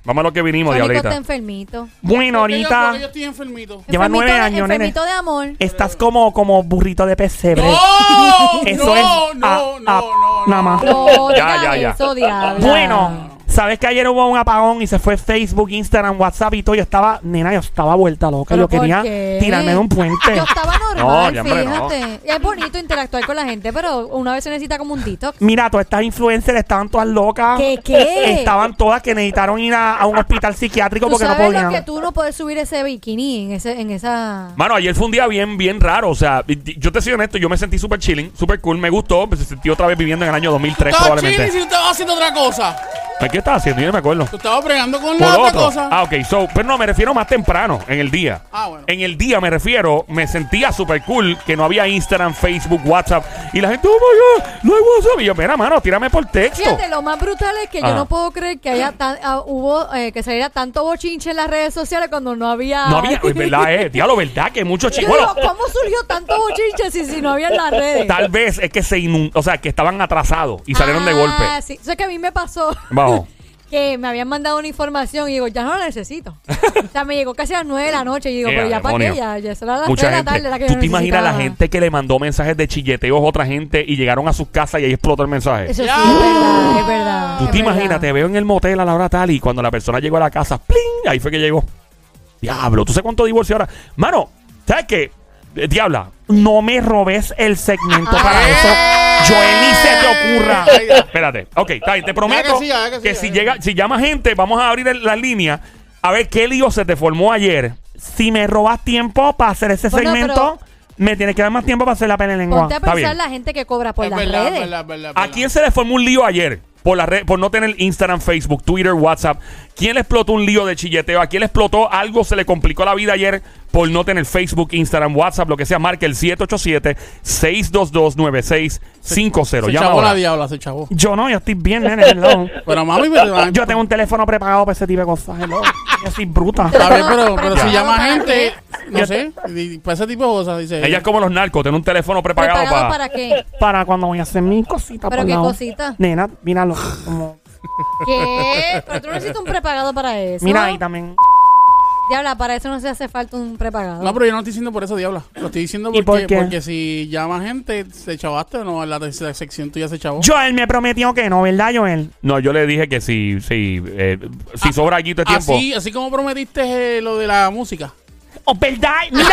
[SPEAKER 3] Vamos a lo que vinimos,
[SPEAKER 5] Sónico está
[SPEAKER 3] diablita.
[SPEAKER 5] enfermito.
[SPEAKER 1] Bueno,
[SPEAKER 4] Porque yo-
[SPEAKER 1] ahorita
[SPEAKER 4] porque Yo estoy enfermito.
[SPEAKER 1] Lleva
[SPEAKER 5] Enfermito
[SPEAKER 1] nueve
[SPEAKER 5] de-
[SPEAKER 1] años, nene. Eh.
[SPEAKER 5] Enfermito de amor.
[SPEAKER 1] estás como, como burrito de pesebre.
[SPEAKER 4] ¡No!
[SPEAKER 1] Eso
[SPEAKER 4] ¡Oh! no,
[SPEAKER 1] es a-
[SPEAKER 4] no, no,
[SPEAKER 1] a-
[SPEAKER 4] no,
[SPEAKER 1] nada más.
[SPEAKER 5] No,
[SPEAKER 3] Ya, ya,
[SPEAKER 5] diga
[SPEAKER 3] ya.
[SPEAKER 5] eso, diabla.
[SPEAKER 1] Bueno, sabes que ayer hubo un apagón y se fue Facebook, Instagram, WhatsApp y todo. Yo estaba, nena, yo estaba vuelta loca.
[SPEAKER 5] ¿Pero
[SPEAKER 1] Yo quería
[SPEAKER 5] por qué?
[SPEAKER 1] tirarme de un puente.
[SPEAKER 5] Yo estaba
[SPEAKER 3] No,
[SPEAKER 5] normal,
[SPEAKER 3] ya, hombre, no.
[SPEAKER 5] fíjate. Es bonito interactuar con la gente, pero una vez se necesita como un detox.
[SPEAKER 1] Mira, todas estas influencers estaban todas locas.
[SPEAKER 5] ¿Qué, qué?
[SPEAKER 1] Estaban todas que necesitaron ir a, a un hospital psiquiátrico
[SPEAKER 5] Tú
[SPEAKER 1] porque no
[SPEAKER 5] sabes lo
[SPEAKER 1] podían.
[SPEAKER 5] que tú no puedes subir ese bikini en, ese, en esa...
[SPEAKER 3] Mano, ayer fue un día bien, bien raro. O sea, y- y- yo te soy honesto, yo me sentí súper chilling, súper cool, me gustó. Me sentí otra vez viviendo en el año 2003
[SPEAKER 4] Estaba chile y si
[SPEAKER 3] probablemente.
[SPEAKER 4] tú estabas haciendo otra cosa.
[SPEAKER 3] ¿Qué estaba haciendo? Yo no me acuerdo.
[SPEAKER 4] Tú estabas bregando con
[SPEAKER 3] Por
[SPEAKER 4] la otra
[SPEAKER 3] otro.
[SPEAKER 4] cosa.
[SPEAKER 3] Ah, ok. So, pero no, me refiero más temprano, en el día.
[SPEAKER 4] Ah, bueno.
[SPEAKER 3] En el día me refiero, me sentía súper cool que no había Instagram, Facebook, WhatsApp. Y la gente, oh my God, no hay WhatsApp. Y yo, mira, mano, tírame por texto.
[SPEAKER 5] Fíjate, lo más brutal es que
[SPEAKER 3] Ajá.
[SPEAKER 5] yo no puedo creer que haya tan- ah, hubo eh, que saliera tanto bochinche en las redes sociales cuando no había.
[SPEAKER 3] No había, es verdad, eh. Diablo, verdad que muchos
[SPEAKER 5] Yo
[SPEAKER 3] chicos. Bueno,
[SPEAKER 5] digo, ¿cómo surgió tanto bochinche si, si no había en las redes?
[SPEAKER 3] tal vez es que se inund... O sea, que estaban atrasados y salieron de
[SPEAKER 5] Ah,
[SPEAKER 3] golpe.
[SPEAKER 5] Sí, eso es que a mí me pasó.
[SPEAKER 3] Bajo.
[SPEAKER 5] Que me habían mandado una información y digo, ya no la necesito. o sea, me llegó casi a las 9 de la noche y digo,
[SPEAKER 3] Ea,
[SPEAKER 5] pero ya para
[SPEAKER 3] demonio.
[SPEAKER 5] qué, ya, ya será las 3
[SPEAKER 3] Mucha
[SPEAKER 5] de la
[SPEAKER 3] gente.
[SPEAKER 5] tarde la que
[SPEAKER 3] ¿Tú
[SPEAKER 5] yo
[SPEAKER 3] te imaginas la
[SPEAKER 5] necesitaba.
[SPEAKER 3] gente que le mandó mensajes de chilleteos a otra gente y llegaron a sus casas y ahí explotó el mensaje?
[SPEAKER 5] Eso sí, es verdad, es verdad.
[SPEAKER 3] Tú
[SPEAKER 5] es
[SPEAKER 3] te
[SPEAKER 5] verdad.
[SPEAKER 3] imaginas, te veo en el motel a la hora tal y cuando la persona llegó a la casa, ¡pling! Ahí fue que llegó. Diablo, ¿tú sabes cuánto divorcio ahora? Mano, ¿sabes qué? Eh, Diabla,
[SPEAKER 1] No me robes el segmento
[SPEAKER 5] Ah.
[SPEAKER 1] Pues para eso. Joel, ni se te ocurra.
[SPEAKER 4] Ay, ay.
[SPEAKER 3] espérate. Ok, está bien, te prometo
[SPEAKER 4] que siga, deja que
[SPEAKER 3] que
[SPEAKER 4] siga,
[SPEAKER 3] si
[SPEAKER 4] deja que
[SPEAKER 3] llega, si llama gente, vamos a abrir el- la línea a ver qué lío se te formó ayer.
[SPEAKER 1] Si me robas tiempo para hacer ese
[SPEAKER 5] Bueno,
[SPEAKER 1] segmento, me tienes que dar más tiempo para hacer la pena en lengua.
[SPEAKER 5] Ponte a
[SPEAKER 3] Está
[SPEAKER 5] pensar
[SPEAKER 3] bien.
[SPEAKER 5] la gente que cobra por
[SPEAKER 4] Es
[SPEAKER 5] las
[SPEAKER 4] verdad,
[SPEAKER 5] redes.
[SPEAKER 4] verdad, verdad,
[SPEAKER 3] ¿A
[SPEAKER 4] verdad.
[SPEAKER 3] quién se le formó un lío ayer? por, la red, por no tener Instagram, Facebook, Twitter, WhatsApp. ¿Quién le explotó un lío de chilleteo? ¿A quién le explotó algo? Se le complicó la vida ayer por no tener Facebook, Instagram, WhatsApp, lo que sea. Marca el 787-622-9650.
[SPEAKER 4] Se
[SPEAKER 3] Llama
[SPEAKER 4] chavó la
[SPEAKER 3] ahora.
[SPEAKER 4] diabla, se chavó.
[SPEAKER 1] Yo no, yo estoy bien, nene, perdón.
[SPEAKER 4] Pero mami, pero, ah,
[SPEAKER 1] Yo tengo un teléfono preparado para ese tipo de cosas, hello. Yo soy bruta.
[SPEAKER 4] Está bien, pero, pero si
[SPEAKER 3] Ya.
[SPEAKER 4] llama gente, no sé, di- para ese tipo de cosas, dice.
[SPEAKER 3] Ella es como los narcos, tiene un teléfono preparado,
[SPEAKER 5] ¿Preparado para...
[SPEAKER 3] para...
[SPEAKER 5] qué?
[SPEAKER 1] Para cuando voy a hacer mis cositas.
[SPEAKER 5] ¿Pero
[SPEAKER 1] por
[SPEAKER 5] qué
[SPEAKER 1] la-
[SPEAKER 5] cosita?
[SPEAKER 1] Nena, míralo. Como,
[SPEAKER 5] ¿Qué? Pero tú no necesitas un prepagado para eso.
[SPEAKER 1] mira ahí también.
[SPEAKER 5] Diabla, para eso no se hace falta un prepagado.
[SPEAKER 4] No, pero yo no estoy diciendo por eso, diabla. Lo estoy diciendo
[SPEAKER 1] ¿Y
[SPEAKER 4] porque,
[SPEAKER 1] por qué?
[SPEAKER 4] porque si llama gente, se chavaste o no, la, la sección tuya se chavó.
[SPEAKER 1] Joel me prometió que no, ¿verdad, Joel?
[SPEAKER 3] No, yo le dije que si, si, eh, si sobra aquí de tiempo...
[SPEAKER 4] Así, así como prometiste eh, lo de la música.
[SPEAKER 1] Oh, ¿Verdad? Mira,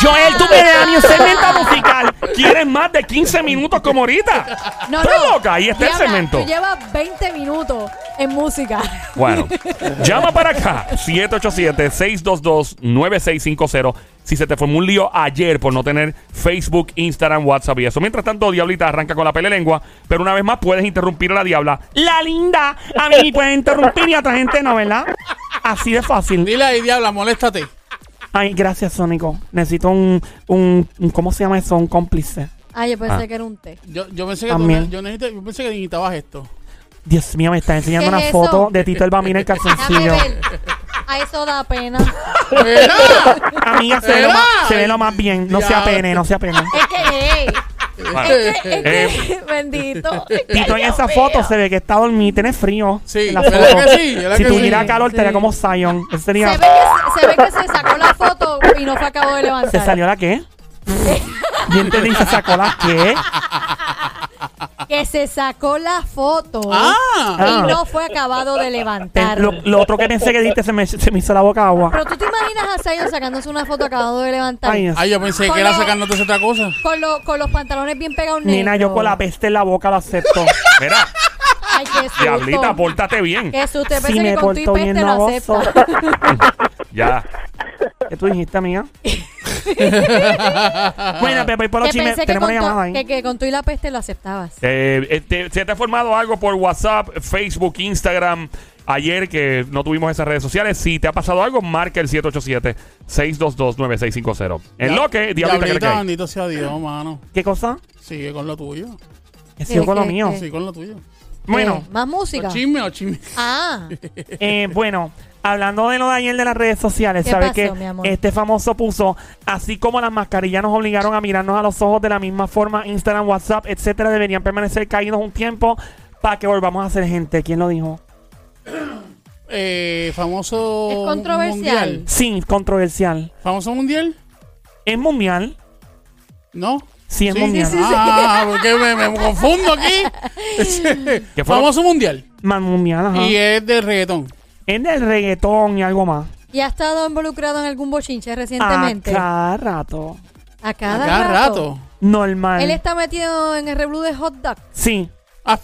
[SPEAKER 1] Joel, tú me das mi un segmento musical.
[SPEAKER 3] ¿Quieres más de 15 minutos como ahorita?
[SPEAKER 5] No,
[SPEAKER 3] ¿Estás
[SPEAKER 5] no.
[SPEAKER 3] loca? Ahí está el
[SPEAKER 5] Diabla,
[SPEAKER 3] cemento.
[SPEAKER 5] Tú llevas 20 minutos en música.
[SPEAKER 3] Bueno, llama para acá. 787-622-9650. Si se te formó un lío ayer por no tener Facebook, Instagram, WhatsApp y eso. Mientras tanto, Diablita arranca con la pele lengua. Pero una vez más puedes interrumpir a la Diabla.
[SPEAKER 1] La linda. A mí me puede interrumpir y a otra gente no, ¿verdad? Así de fácil.
[SPEAKER 4] Dile ahí, diabla, moléstate.
[SPEAKER 1] Ay, gracias, Sónico. Necesito un, un, un- ¿Cómo se llama eso? Un cómplice.
[SPEAKER 5] Ah, yo pensé
[SPEAKER 3] Ah.
[SPEAKER 5] que era un té.
[SPEAKER 4] Yo, yo pensé que tú-
[SPEAKER 1] También.
[SPEAKER 4] yo, necesité- yo pensé que necesitabas esto.
[SPEAKER 1] Dios mío, me está enseñando
[SPEAKER 5] ¿Qué
[SPEAKER 1] una
[SPEAKER 5] es eso?
[SPEAKER 1] foto de Tito el Bambino en
[SPEAKER 5] Déjame
[SPEAKER 1] calzoncillo.
[SPEAKER 5] ver. A eso da pena.
[SPEAKER 4] ¡Mira!
[SPEAKER 1] Amiga, se ve, lo
[SPEAKER 4] Era.
[SPEAKER 1] más, se ve lo más bien. No se
[SPEAKER 4] Ya.
[SPEAKER 1] apene, no se apene.
[SPEAKER 5] Es que, ey,
[SPEAKER 3] Bueno,
[SPEAKER 5] es que, es
[SPEAKER 3] Eh.
[SPEAKER 5] que, bendito. Es que
[SPEAKER 1] Tito en
[SPEAKER 5] Dios
[SPEAKER 1] esa
[SPEAKER 5] mío.
[SPEAKER 1] foto se ve que está dormido, tiene frío.
[SPEAKER 4] Sí,
[SPEAKER 1] en la
[SPEAKER 4] ¿verdad
[SPEAKER 1] foto.
[SPEAKER 4] que sí? ¿Verdad
[SPEAKER 1] Si
[SPEAKER 4] que
[SPEAKER 1] tuviera
[SPEAKER 4] sí?
[SPEAKER 1] calor,
[SPEAKER 4] Sí.
[SPEAKER 1] estaría como Zion. Ese
[SPEAKER 5] Se
[SPEAKER 1] sería-
[SPEAKER 5] ve, que, se ve que se sacó la foto y no se acabó de levantar.
[SPEAKER 1] ¿Se salió la qué? Yo entendí, se sacó la qué.
[SPEAKER 5] Que se sacó la foto
[SPEAKER 4] ¡Ah!
[SPEAKER 1] Ah.
[SPEAKER 5] y no fue acabado de
[SPEAKER 1] Eh,
[SPEAKER 5] levantar.
[SPEAKER 1] Lo, lo otro que pensé que dijiste se me, se me hizo la boca agua.
[SPEAKER 5] Pero tú te imaginas a Zion sacándose una foto acabado de levantar.
[SPEAKER 1] Ay,
[SPEAKER 4] Ay, yo pensé que era sacándote otra cosa.
[SPEAKER 5] Con, lo- con los pantalones bien pegados negros.
[SPEAKER 1] nena, yo con la peste en la boca lo acepto.
[SPEAKER 3] Mira,
[SPEAKER 5] Ay, qué susto.
[SPEAKER 3] Diablita, pórtate bien.
[SPEAKER 5] Qué susto. Yo
[SPEAKER 1] Si
[SPEAKER 5] pensé
[SPEAKER 1] me
[SPEAKER 5] que con tu y
[SPEAKER 1] porto bien,
[SPEAKER 5] peste
[SPEAKER 1] no
[SPEAKER 5] lo
[SPEAKER 1] gozo.
[SPEAKER 5] acepta.
[SPEAKER 3] Ya.
[SPEAKER 1] ¿Qué tú dijiste, amiga? bueno, Pepe, por los
[SPEAKER 5] que
[SPEAKER 1] chismes.
[SPEAKER 5] pensé que
[SPEAKER 1] Tenemos
[SPEAKER 5] con,
[SPEAKER 1] una
[SPEAKER 5] to-
[SPEAKER 1] llamada ahí.
[SPEAKER 5] que, que con tu y la peste lo aceptabas.
[SPEAKER 3] Eh, eh, te- ¿Se te ha formado algo por WhatsApp, Facebook, Instagram? Ayer que no tuvimos esas redes sociales. Si te ha pasado algo, marca el 787-622-9650. En lo que, Diablita, ¿qué le cae?
[SPEAKER 4] bendito sea Dios, mano.
[SPEAKER 1] ¿Qué cosa?
[SPEAKER 4] Sigue con lo tuyo.
[SPEAKER 1] Que sigo
[SPEAKER 5] Eh,
[SPEAKER 1] con lo
[SPEAKER 5] eh,
[SPEAKER 1] mío.
[SPEAKER 5] eh.
[SPEAKER 4] Sigue con lo tuyo.
[SPEAKER 1] Bueno,
[SPEAKER 5] Eh, más
[SPEAKER 4] ¿O
[SPEAKER 5] música.
[SPEAKER 4] chisme o chisme?
[SPEAKER 5] Ah,
[SPEAKER 1] eh, bueno. Hablando de lo de ayer de las redes sociales,
[SPEAKER 5] ¿Qué
[SPEAKER 1] ¿sabes
[SPEAKER 5] pasó,
[SPEAKER 1] que
[SPEAKER 5] mi amor?
[SPEAKER 1] Este famoso puso, así como las mascarillas nos obligaron a mirarnos a los ojos de la misma forma, Instagram, WhatsApp, etcétera, deberían permanecer caídos un tiempo para que volvamos a ser gente. ¿Quién lo dijo?
[SPEAKER 4] Eh, famoso.
[SPEAKER 5] Es controversial.
[SPEAKER 4] Mundial.
[SPEAKER 1] Sí, controversial.
[SPEAKER 4] ¿Famoso mundial?
[SPEAKER 1] ¿Es mundial?
[SPEAKER 4] ¿No?
[SPEAKER 1] Sí, es mundial.
[SPEAKER 4] Ah, porque me, me confundo aquí.
[SPEAKER 3] ¿Qué fue?
[SPEAKER 4] famoso mundial.
[SPEAKER 1] Más mundial, ajá.
[SPEAKER 4] Y es de reggaetón.
[SPEAKER 1] Es del reggaetón y algo más.
[SPEAKER 5] ¿y ha estado involucrado en algún bochinche
[SPEAKER 1] A
[SPEAKER 5] recientemente?
[SPEAKER 1] cada rato.
[SPEAKER 5] A
[SPEAKER 4] A
[SPEAKER 5] cada,
[SPEAKER 4] cada
[SPEAKER 5] rato.
[SPEAKER 4] rato.
[SPEAKER 1] Normal.
[SPEAKER 5] Él está metido en el reblú de hot dog.
[SPEAKER 1] Sí.
[SPEAKER 4] Ah,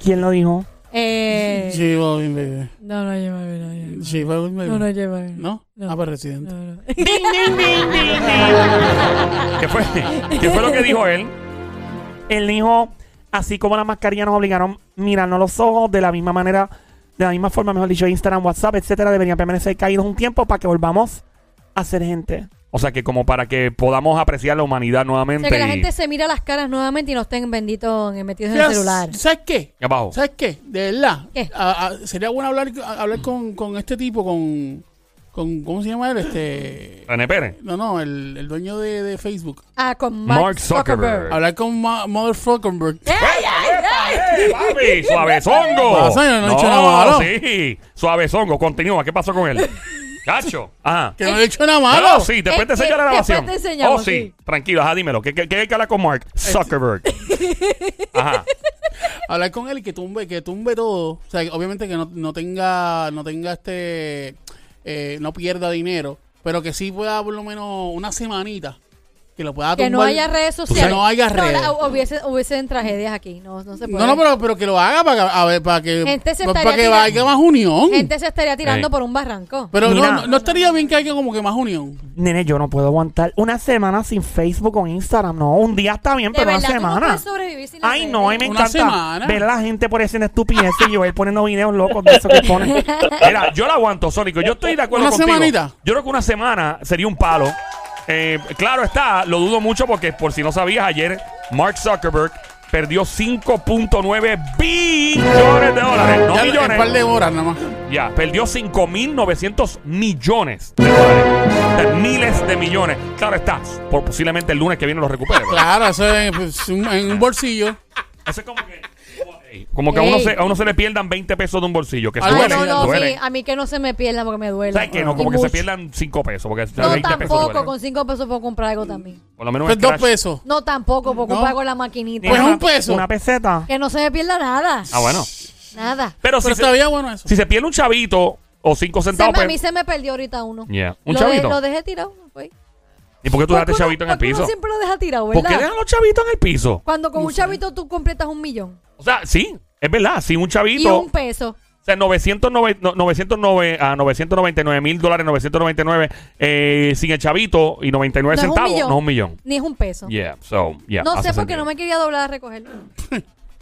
[SPEAKER 1] ¿Quién lo dijo?
[SPEAKER 5] Eh,
[SPEAKER 4] J Balvin, baby.
[SPEAKER 5] No, no, lleva no, no,
[SPEAKER 4] J Balvin, baby.
[SPEAKER 5] no, no, lleva
[SPEAKER 4] ¿No?
[SPEAKER 5] No.
[SPEAKER 4] Ah, pues residente.
[SPEAKER 5] no, no.
[SPEAKER 3] ¿Qué fue? ¿Qué fue lo que dijo él?
[SPEAKER 1] Él dijo, así como las mascarillas nos obligaron a mirarnos los ojos de la misma manera, de la misma forma, mejor dicho, Instagram, WhatsApp, etcétera, deberían permanecer caídos un tiempo para que volvamos a ser gente.
[SPEAKER 3] O sea, que como para que podamos apreciar la humanidad
[SPEAKER 5] O
[SPEAKER 3] nuevamente.
[SPEAKER 5] sea, que la
[SPEAKER 3] y-
[SPEAKER 5] gente se mira las caras nuevamente y no estén benditos en- metidos en el
[SPEAKER 4] Mira,
[SPEAKER 5] celular.
[SPEAKER 4] ¿Sabes qué?
[SPEAKER 3] Abajo.
[SPEAKER 4] ¿Sabes qué? De verdad.
[SPEAKER 5] ¿Qué?
[SPEAKER 4] Ah, ah, sería bueno hablar, a- hablar con, con este tipo, con, con. ¿Cómo se llama él? Este.
[SPEAKER 3] René Pérez.
[SPEAKER 4] No, no, el, el dueño de, de Facebook.
[SPEAKER 5] Ah, con Mark,
[SPEAKER 3] Mark Zuckerberg.
[SPEAKER 5] Zuckerberg.
[SPEAKER 4] Hablar con Ma Motherfuckerberg.
[SPEAKER 3] ¡Eh, papi! ¡Suavezongo!
[SPEAKER 4] Pasa, yo no he hecho nada malo.
[SPEAKER 3] sí. Suavezongo. Continúa. ¿Qué pasó con él? Cacho. Ajá.
[SPEAKER 4] Que no le he hecho nada
[SPEAKER 3] Ah,
[SPEAKER 4] malo.
[SPEAKER 3] no, sí, después te
[SPEAKER 5] Es que-
[SPEAKER 3] enseño la
[SPEAKER 5] después
[SPEAKER 3] grabación.
[SPEAKER 5] te enseñamos,
[SPEAKER 3] oh, sí.
[SPEAKER 5] sí. Este.
[SPEAKER 3] Tranquilo, ajá, dímelo. ¿Qué, qué, qué hay que hablar con Mark Zuckerberg? Ajá.
[SPEAKER 4] Hablar con él y que tumbe, que tumbe todo. O sea, que obviamente que no, no tenga, no tenga este, eh, no pierda dinero, pero que sí pueda por lo menos una semanita que lo pueda
[SPEAKER 5] Que no
[SPEAKER 4] tumbar.
[SPEAKER 5] haya redes
[SPEAKER 4] sabes-
[SPEAKER 5] sociales.
[SPEAKER 4] Que no haya redes.
[SPEAKER 5] la- hubiese, hubiesen tragedias aquí. No, no se puede.
[SPEAKER 4] No, no, pero, pero que lo haga para que, a ver, para que,
[SPEAKER 5] Gente se
[SPEAKER 4] para
[SPEAKER 5] estaría
[SPEAKER 4] que
[SPEAKER 5] tirando-
[SPEAKER 4] haya más unión.
[SPEAKER 5] Gente se estaría tirando
[SPEAKER 3] Ey.
[SPEAKER 5] por un barranco.
[SPEAKER 4] Pero no,
[SPEAKER 1] Mira.
[SPEAKER 4] no, no estaría bien que haya como que más unión.
[SPEAKER 1] Nene, yo no puedo aguantar una semana sin Facebook o Instagram. No, un día está bien,
[SPEAKER 5] de
[SPEAKER 1] pero
[SPEAKER 5] verdad,
[SPEAKER 1] una
[SPEAKER 5] tú no
[SPEAKER 1] semana.
[SPEAKER 5] puedes sobrevivir sin las
[SPEAKER 1] Ay,
[SPEAKER 5] redes.
[SPEAKER 1] no, ay, me
[SPEAKER 4] Una
[SPEAKER 1] encanta
[SPEAKER 4] semana.
[SPEAKER 1] ver la gente por esa estupidez y yo él poniendo videos locos de eso que pone.
[SPEAKER 3] Mira, yo la aguanto, Sónico. Yo estoy de acuerdo
[SPEAKER 4] Una
[SPEAKER 3] contigo.
[SPEAKER 4] semanita.
[SPEAKER 3] Yo creo que una semana sería un palo. Eh, claro está, lo dudo mucho porque por si no sabías, ayer Mark Zuckerberg perdió 5.9 billones de dólares. No
[SPEAKER 4] Ya, en un par
[SPEAKER 3] millones.
[SPEAKER 4] de horas nada más.
[SPEAKER 3] Ya, perdió 5.900 millones de dólares. O sea, miles de millones. Claro está, por- posiblemente el lunes que viene lo recupere. ¿verdad?
[SPEAKER 4] Claro, eso es pues, un- en un bolsillo.
[SPEAKER 3] Eso es como que... Como que a uno,
[SPEAKER 5] Ey.
[SPEAKER 3] se, a uno se le pierdan 20 pesos de un bolsillo, que
[SPEAKER 4] Ay,
[SPEAKER 5] Ay,
[SPEAKER 3] duele,
[SPEAKER 5] no, no,
[SPEAKER 3] duele.
[SPEAKER 5] sí, a mí que no se me pierda porque me duele.
[SPEAKER 3] ¿Sabes qué? No, como
[SPEAKER 5] Y
[SPEAKER 3] que se
[SPEAKER 5] mucho.
[SPEAKER 3] pierdan 5 pesos, porque
[SPEAKER 5] No,
[SPEAKER 3] 20 pesos
[SPEAKER 5] tampoco,
[SPEAKER 3] duele.
[SPEAKER 5] con 5 pesos puedo comprar algo también.
[SPEAKER 3] Por lo menos
[SPEAKER 4] Pues
[SPEAKER 3] el
[SPEAKER 4] dos
[SPEAKER 3] Crash.
[SPEAKER 4] pesos.
[SPEAKER 5] No, tampoco, puedo
[SPEAKER 4] No.
[SPEAKER 5] comprar con la maquinita.
[SPEAKER 4] Pues
[SPEAKER 1] Una-
[SPEAKER 4] un peso.
[SPEAKER 1] Una peseta.
[SPEAKER 5] Que no se me pierda nada.
[SPEAKER 3] Ah, bueno.
[SPEAKER 5] Nada.
[SPEAKER 3] Pero,
[SPEAKER 4] Pero
[SPEAKER 3] si, se,
[SPEAKER 4] estaría bueno eso.
[SPEAKER 3] si se pierde un chavito o cinco
[SPEAKER 5] Se me-
[SPEAKER 3] centavos,
[SPEAKER 5] a mí
[SPEAKER 3] pues.
[SPEAKER 5] se me perdió ahorita uno.
[SPEAKER 3] Yeah. ¿Un
[SPEAKER 5] lo, de-
[SPEAKER 3] chavito?
[SPEAKER 5] lo dejé tirado. Pues.
[SPEAKER 3] ¿Y por qué tú
[SPEAKER 5] Porque
[SPEAKER 3] dejaste
[SPEAKER 5] uno-
[SPEAKER 3] chavito en el
[SPEAKER 5] porque uno
[SPEAKER 3] piso?
[SPEAKER 5] siempre lo deja tirado, ¿verdad?
[SPEAKER 3] ¿Por qué dejan los chavitos en el piso?
[SPEAKER 5] Cuando con un chavito tú completas un millón
[SPEAKER 3] O sea, sí, es verdad. Si un
[SPEAKER 5] y
[SPEAKER 3] chavito.
[SPEAKER 5] un peso.
[SPEAKER 3] O sea, 909, no, ah, 909, a 999 mil dólares, 999 eh, sin el chavito y 99
[SPEAKER 5] No es un
[SPEAKER 3] centavos,
[SPEAKER 5] millón.
[SPEAKER 3] no es un millón.
[SPEAKER 5] Ni es un peso.
[SPEAKER 3] Yeah, so, yeah.
[SPEAKER 5] no
[SPEAKER 3] hace
[SPEAKER 5] sé por qué
[SPEAKER 3] sentido.
[SPEAKER 5] no me quería doblar a recogerlo.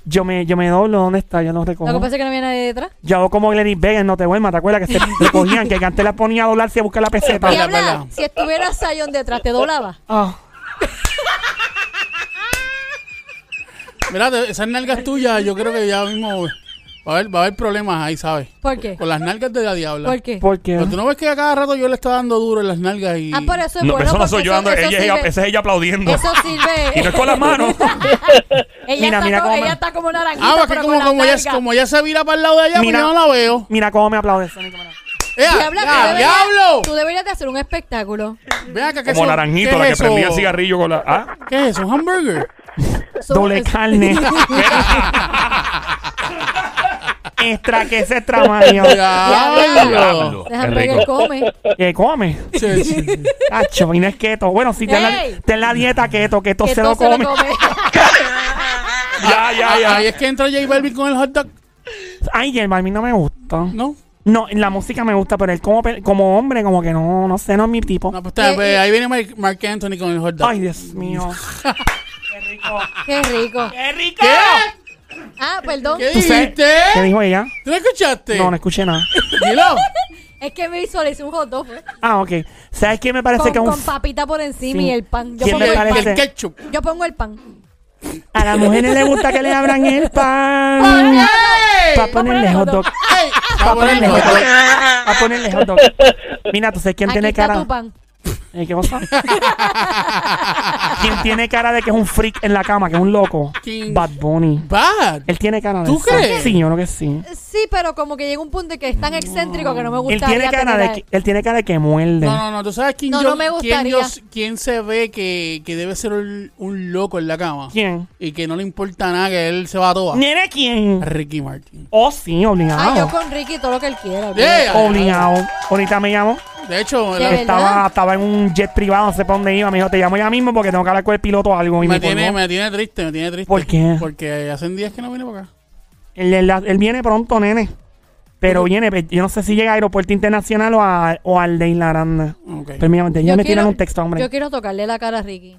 [SPEAKER 1] Yo me, yo me doblo, ¿dónde está? Yo no
[SPEAKER 5] Lo que
[SPEAKER 1] recojo.
[SPEAKER 5] pasa es que no había nadie detrás.
[SPEAKER 1] Yo hago como Glenny Vegas, no te vuelvas, ¿te acuerdas? Que se recogían, que antes la ponía a doblarse a buscar la peseta.
[SPEAKER 5] Y
[SPEAKER 4] Verdad,
[SPEAKER 5] habla,
[SPEAKER 4] verdad.
[SPEAKER 5] si estuviera Zion detrás, te doblaba.
[SPEAKER 1] Ah.
[SPEAKER 4] Mira, te- esas nalgas tuyas, yo creo que ya mismo pues, va a haber, va a haber problemas ahí, ¿sabes?
[SPEAKER 5] ¿Por qué?
[SPEAKER 4] Con las nalgas de la diabla.
[SPEAKER 5] ¿Por qué?
[SPEAKER 1] ¿Por qué?
[SPEAKER 4] Pero tú no ves que a cada rato yo le estaba dando duro en las nalgas y.
[SPEAKER 5] Ah, por eso es
[SPEAKER 3] No,
[SPEAKER 5] bueno.
[SPEAKER 3] eso no
[SPEAKER 5] porque
[SPEAKER 3] soy yo dando, ella, es ella-
[SPEAKER 5] sirve-
[SPEAKER 3] esa es ella aplaudiendo.
[SPEAKER 5] Eso sirve.
[SPEAKER 3] Y no es con las manos.
[SPEAKER 5] Ella,
[SPEAKER 1] Mira,
[SPEAKER 5] está,
[SPEAKER 1] mira
[SPEAKER 5] como,
[SPEAKER 1] cómo me-
[SPEAKER 5] ella está como naranjita.
[SPEAKER 4] Ah, porque
[SPEAKER 5] pero
[SPEAKER 4] como,
[SPEAKER 5] con
[SPEAKER 4] como,
[SPEAKER 5] la
[SPEAKER 4] ella,
[SPEAKER 5] nalga.
[SPEAKER 4] como ella se vira para el lado de allá,
[SPEAKER 1] Mira.
[SPEAKER 4] pues yo no la veo.
[SPEAKER 1] Mira cómo me aplaude Sónico, mira.
[SPEAKER 4] ¡Ea!
[SPEAKER 5] Diabla, tú
[SPEAKER 4] ¡Ya,
[SPEAKER 5] deberías-
[SPEAKER 4] diablo!
[SPEAKER 5] Tú deberías de hacer un espectáculo.
[SPEAKER 4] Ve acá, ¿qué es
[SPEAKER 3] Como
[SPEAKER 4] eso? ¿Qué
[SPEAKER 3] naranjito,
[SPEAKER 4] es
[SPEAKER 3] la que
[SPEAKER 4] eso?
[SPEAKER 3] prendía el cigarrillo con la. ¿Ah?
[SPEAKER 4] ¿Qué es eso? ¿Un hamburger?
[SPEAKER 5] Son-
[SPEAKER 1] Doble carne. Extra que se extra mayo.
[SPEAKER 4] ¡Diablo!
[SPEAKER 3] Diablo.
[SPEAKER 5] Dejan
[SPEAKER 3] Qué
[SPEAKER 5] ver
[SPEAKER 3] rico.
[SPEAKER 5] que come.
[SPEAKER 1] ¿Qué come?
[SPEAKER 4] Sí, sí, sí.
[SPEAKER 1] Cacho, y no es keto. Bueno, si te la,
[SPEAKER 5] Ey.
[SPEAKER 1] ten la dieta keto, que esto
[SPEAKER 5] que
[SPEAKER 1] se
[SPEAKER 5] todo
[SPEAKER 1] lo come.
[SPEAKER 3] Ya, ya, ya.
[SPEAKER 4] Ah, Ahí es que entra J Balvin con el hot dog,
[SPEAKER 1] Ay, Gemma, a mí no me gusta.
[SPEAKER 4] ¿no?
[SPEAKER 1] No, la música me gusta, pero él como, pe- como hombre, como que no, no sé, no es mi tipo.
[SPEAKER 4] No, pues, está,
[SPEAKER 5] Eh,
[SPEAKER 4] pues,
[SPEAKER 5] eh.
[SPEAKER 4] ahí viene Mark, Mark Anthony con el hot dog.
[SPEAKER 1] Ay, Dios mío. Qué rico.
[SPEAKER 5] Qué rico.
[SPEAKER 1] Qué rico.
[SPEAKER 5] Ah, perdón.
[SPEAKER 4] ¿Qué
[SPEAKER 1] ¿Tú sabes-
[SPEAKER 4] dijiste?
[SPEAKER 1] ¿Qué dijo ella?
[SPEAKER 4] ¿Tú lo escuchaste?
[SPEAKER 1] No, no escuché nada.
[SPEAKER 4] Dilo.
[SPEAKER 5] Es que me visualicé un hot dog. fue.
[SPEAKER 1] Ah, ok. ¿Sabes qué me parece
[SPEAKER 5] Con,
[SPEAKER 1] que es un
[SPEAKER 5] con papita por encima
[SPEAKER 1] Sí.
[SPEAKER 5] y el pan. Yo
[SPEAKER 1] ¿Quién
[SPEAKER 5] pongo
[SPEAKER 1] me
[SPEAKER 5] el pan.
[SPEAKER 1] parece?
[SPEAKER 4] El ketchup.
[SPEAKER 5] Yo pongo el pan.
[SPEAKER 1] A las mujeres les gusta que le abran el pan. Para ponerle hot dog.
[SPEAKER 4] ¡Ey!
[SPEAKER 1] Para
[SPEAKER 4] Va por
[SPEAKER 1] ponerle
[SPEAKER 4] el
[SPEAKER 1] hot
[SPEAKER 4] hot
[SPEAKER 1] dog.
[SPEAKER 4] dog.
[SPEAKER 1] Para ponerle hot dog. Mira, tú sabes quién
[SPEAKER 5] Aquí
[SPEAKER 1] tiene
[SPEAKER 5] está
[SPEAKER 1] cara.
[SPEAKER 5] tu pan.
[SPEAKER 1] ¿Eh, ¿Qué cosa? ¿Quién tiene cara de que es un freak en la cama, que es un loco?
[SPEAKER 4] ¿Quién?
[SPEAKER 1] Bad Bunny.
[SPEAKER 4] Bad.
[SPEAKER 1] Él tiene cara de
[SPEAKER 4] ¿Tú
[SPEAKER 1] eso.
[SPEAKER 4] crees?
[SPEAKER 1] Sí, yo creo que sí.
[SPEAKER 5] Sí, pero como que llega un punto en que es tan excéntrico que no me
[SPEAKER 1] Él
[SPEAKER 5] gusta.
[SPEAKER 1] tiene, cara de que, él tiene cara de que muerde.
[SPEAKER 4] No, no, no. ¿Tú sabes quién
[SPEAKER 5] No,
[SPEAKER 4] yo,
[SPEAKER 5] no me
[SPEAKER 4] quién, yo-
[SPEAKER 5] gustaría.
[SPEAKER 4] quién se ve que, que debe ser un, un loco en la cama?
[SPEAKER 1] ¿Quién?
[SPEAKER 4] Y que no le importa nada, que él se va a toa.
[SPEAKER 1] ¿Nene quién?
[SPEAKER 4] Ricky Martin.
[SPEAKER 1] Oh, sí,
[SPEAKER 5] Ah, yo
[SPEAKER 1] obligado.
[SPEAKER 5] con Ricky todo lo que él quiera. olvídate.
[SPEAKER 4] Yeah.
[SPEAKER 1] Obligado. Ahorita me llamó.
[SPEAKER 4] De hecho,
[SPEAKER 5] ¿Qué?
[SPEAKER 4] la-
[SPEAKER 5] ¿verdad?
[SPEAKER 1] Estaba, estaba en un jet privado, no sé para dónde iba. Me dijo, te llamo ya mismo porque tengo que hablar con el piloto o algo. Y me
[SPEAKER 4] me, tiene,
[SPEAKER 1] colgó.
[SPEAKER 4] me tiene triste, me tiene triste.
[SPEAKER 1] ¿Por qué?
[SPEAKER 4] Porque hacen días que no viene para acá.
[SPEAKER 1] Él, él- él viene pronto, nene. Pero viene, pe- yo no sé si llega a Aeropuerto Internacional o, a- o al de Isla Grande.
[SPEAKER 4] Ok.
[SPEAKER 1] Permítame,
[SPEAKER 5] Yo
[SPEAKER 1] ya me
[SPEAKER 5] quiero-
[SPEAKER 1] tiran un texto, hombre.
[SPEAKER 5] Yo quiero tocarle la cara a Ricky.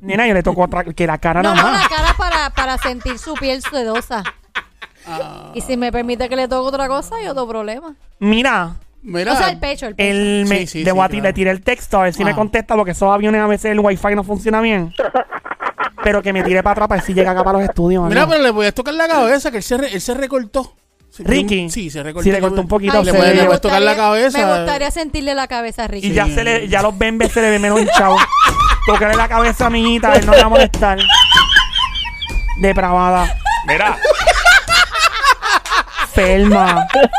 [SPEAKER 1] Nena, yo le tocó otra que la cara
[SPEAKER 5] No,
[SPEAKER 1] nada
[SPEAKER 5] no,
[SPEAKER 1] más.
[SPEAKER 5] la cara para, para sentir su piel sedosa. Y si me permite que le toque otra cosa, yo tengo problema.
[SPEAKER 1] Mira,
[SPEAKER 4] Mira.
[SPEAKER 5] O sea, el pecho, el pecho.
[SPEAKER 1] él me
[SPEAKER 4] Sí, sí,
[SPEAKER 1] debo
[SPEAKER 4] sí,
[SPEAKER 1] a ti,
[SPEAKER 4] claro.
[SPEAKER 1] le tiré el texto a ver si me
[SPEAKER 4] Ah.
[SPEAKER 1] contesta porque esos aviones a veces el wifi no funciona bien. Pero que me tire para atrás para ver si llega acá para los estudios.
[SPEAKER 4] Mira,
[SPEAKER 1] mano.
[SPEAKER 4] pero le voy a tocar la cabeza, que él se, re- él se recortó. Se-
[SPEAKER 1] Ricky.
[SPEAKER 4] Sí, se recortó.
[SPEAKER 1] Sí, le cortó un poquito,
[SPEAKER 4] Le
[SPEAKER 1] se
[SPEAKER 4] puedes
[SPEAKER 1] ve.
[SPEAKER 4] le
[SPEAKER 1] Me
[SPEAKER 4] puedes tocar la cabeza.
[SPEAKER 5] Me gustaría sentirle la cabeza a
[SPEAKER 1] y
[SPEAKER 5] Ricky.
[SPEAKER 1] ya se le, ya los bembes se le ve menos hinchado. Tocarle la cabeza, amiguita, él no le va a molestar. Depravada,
[SPEAKER 3] Mira,
[SPEAKER 1] enferma.
[SPEAKER 5] Pero-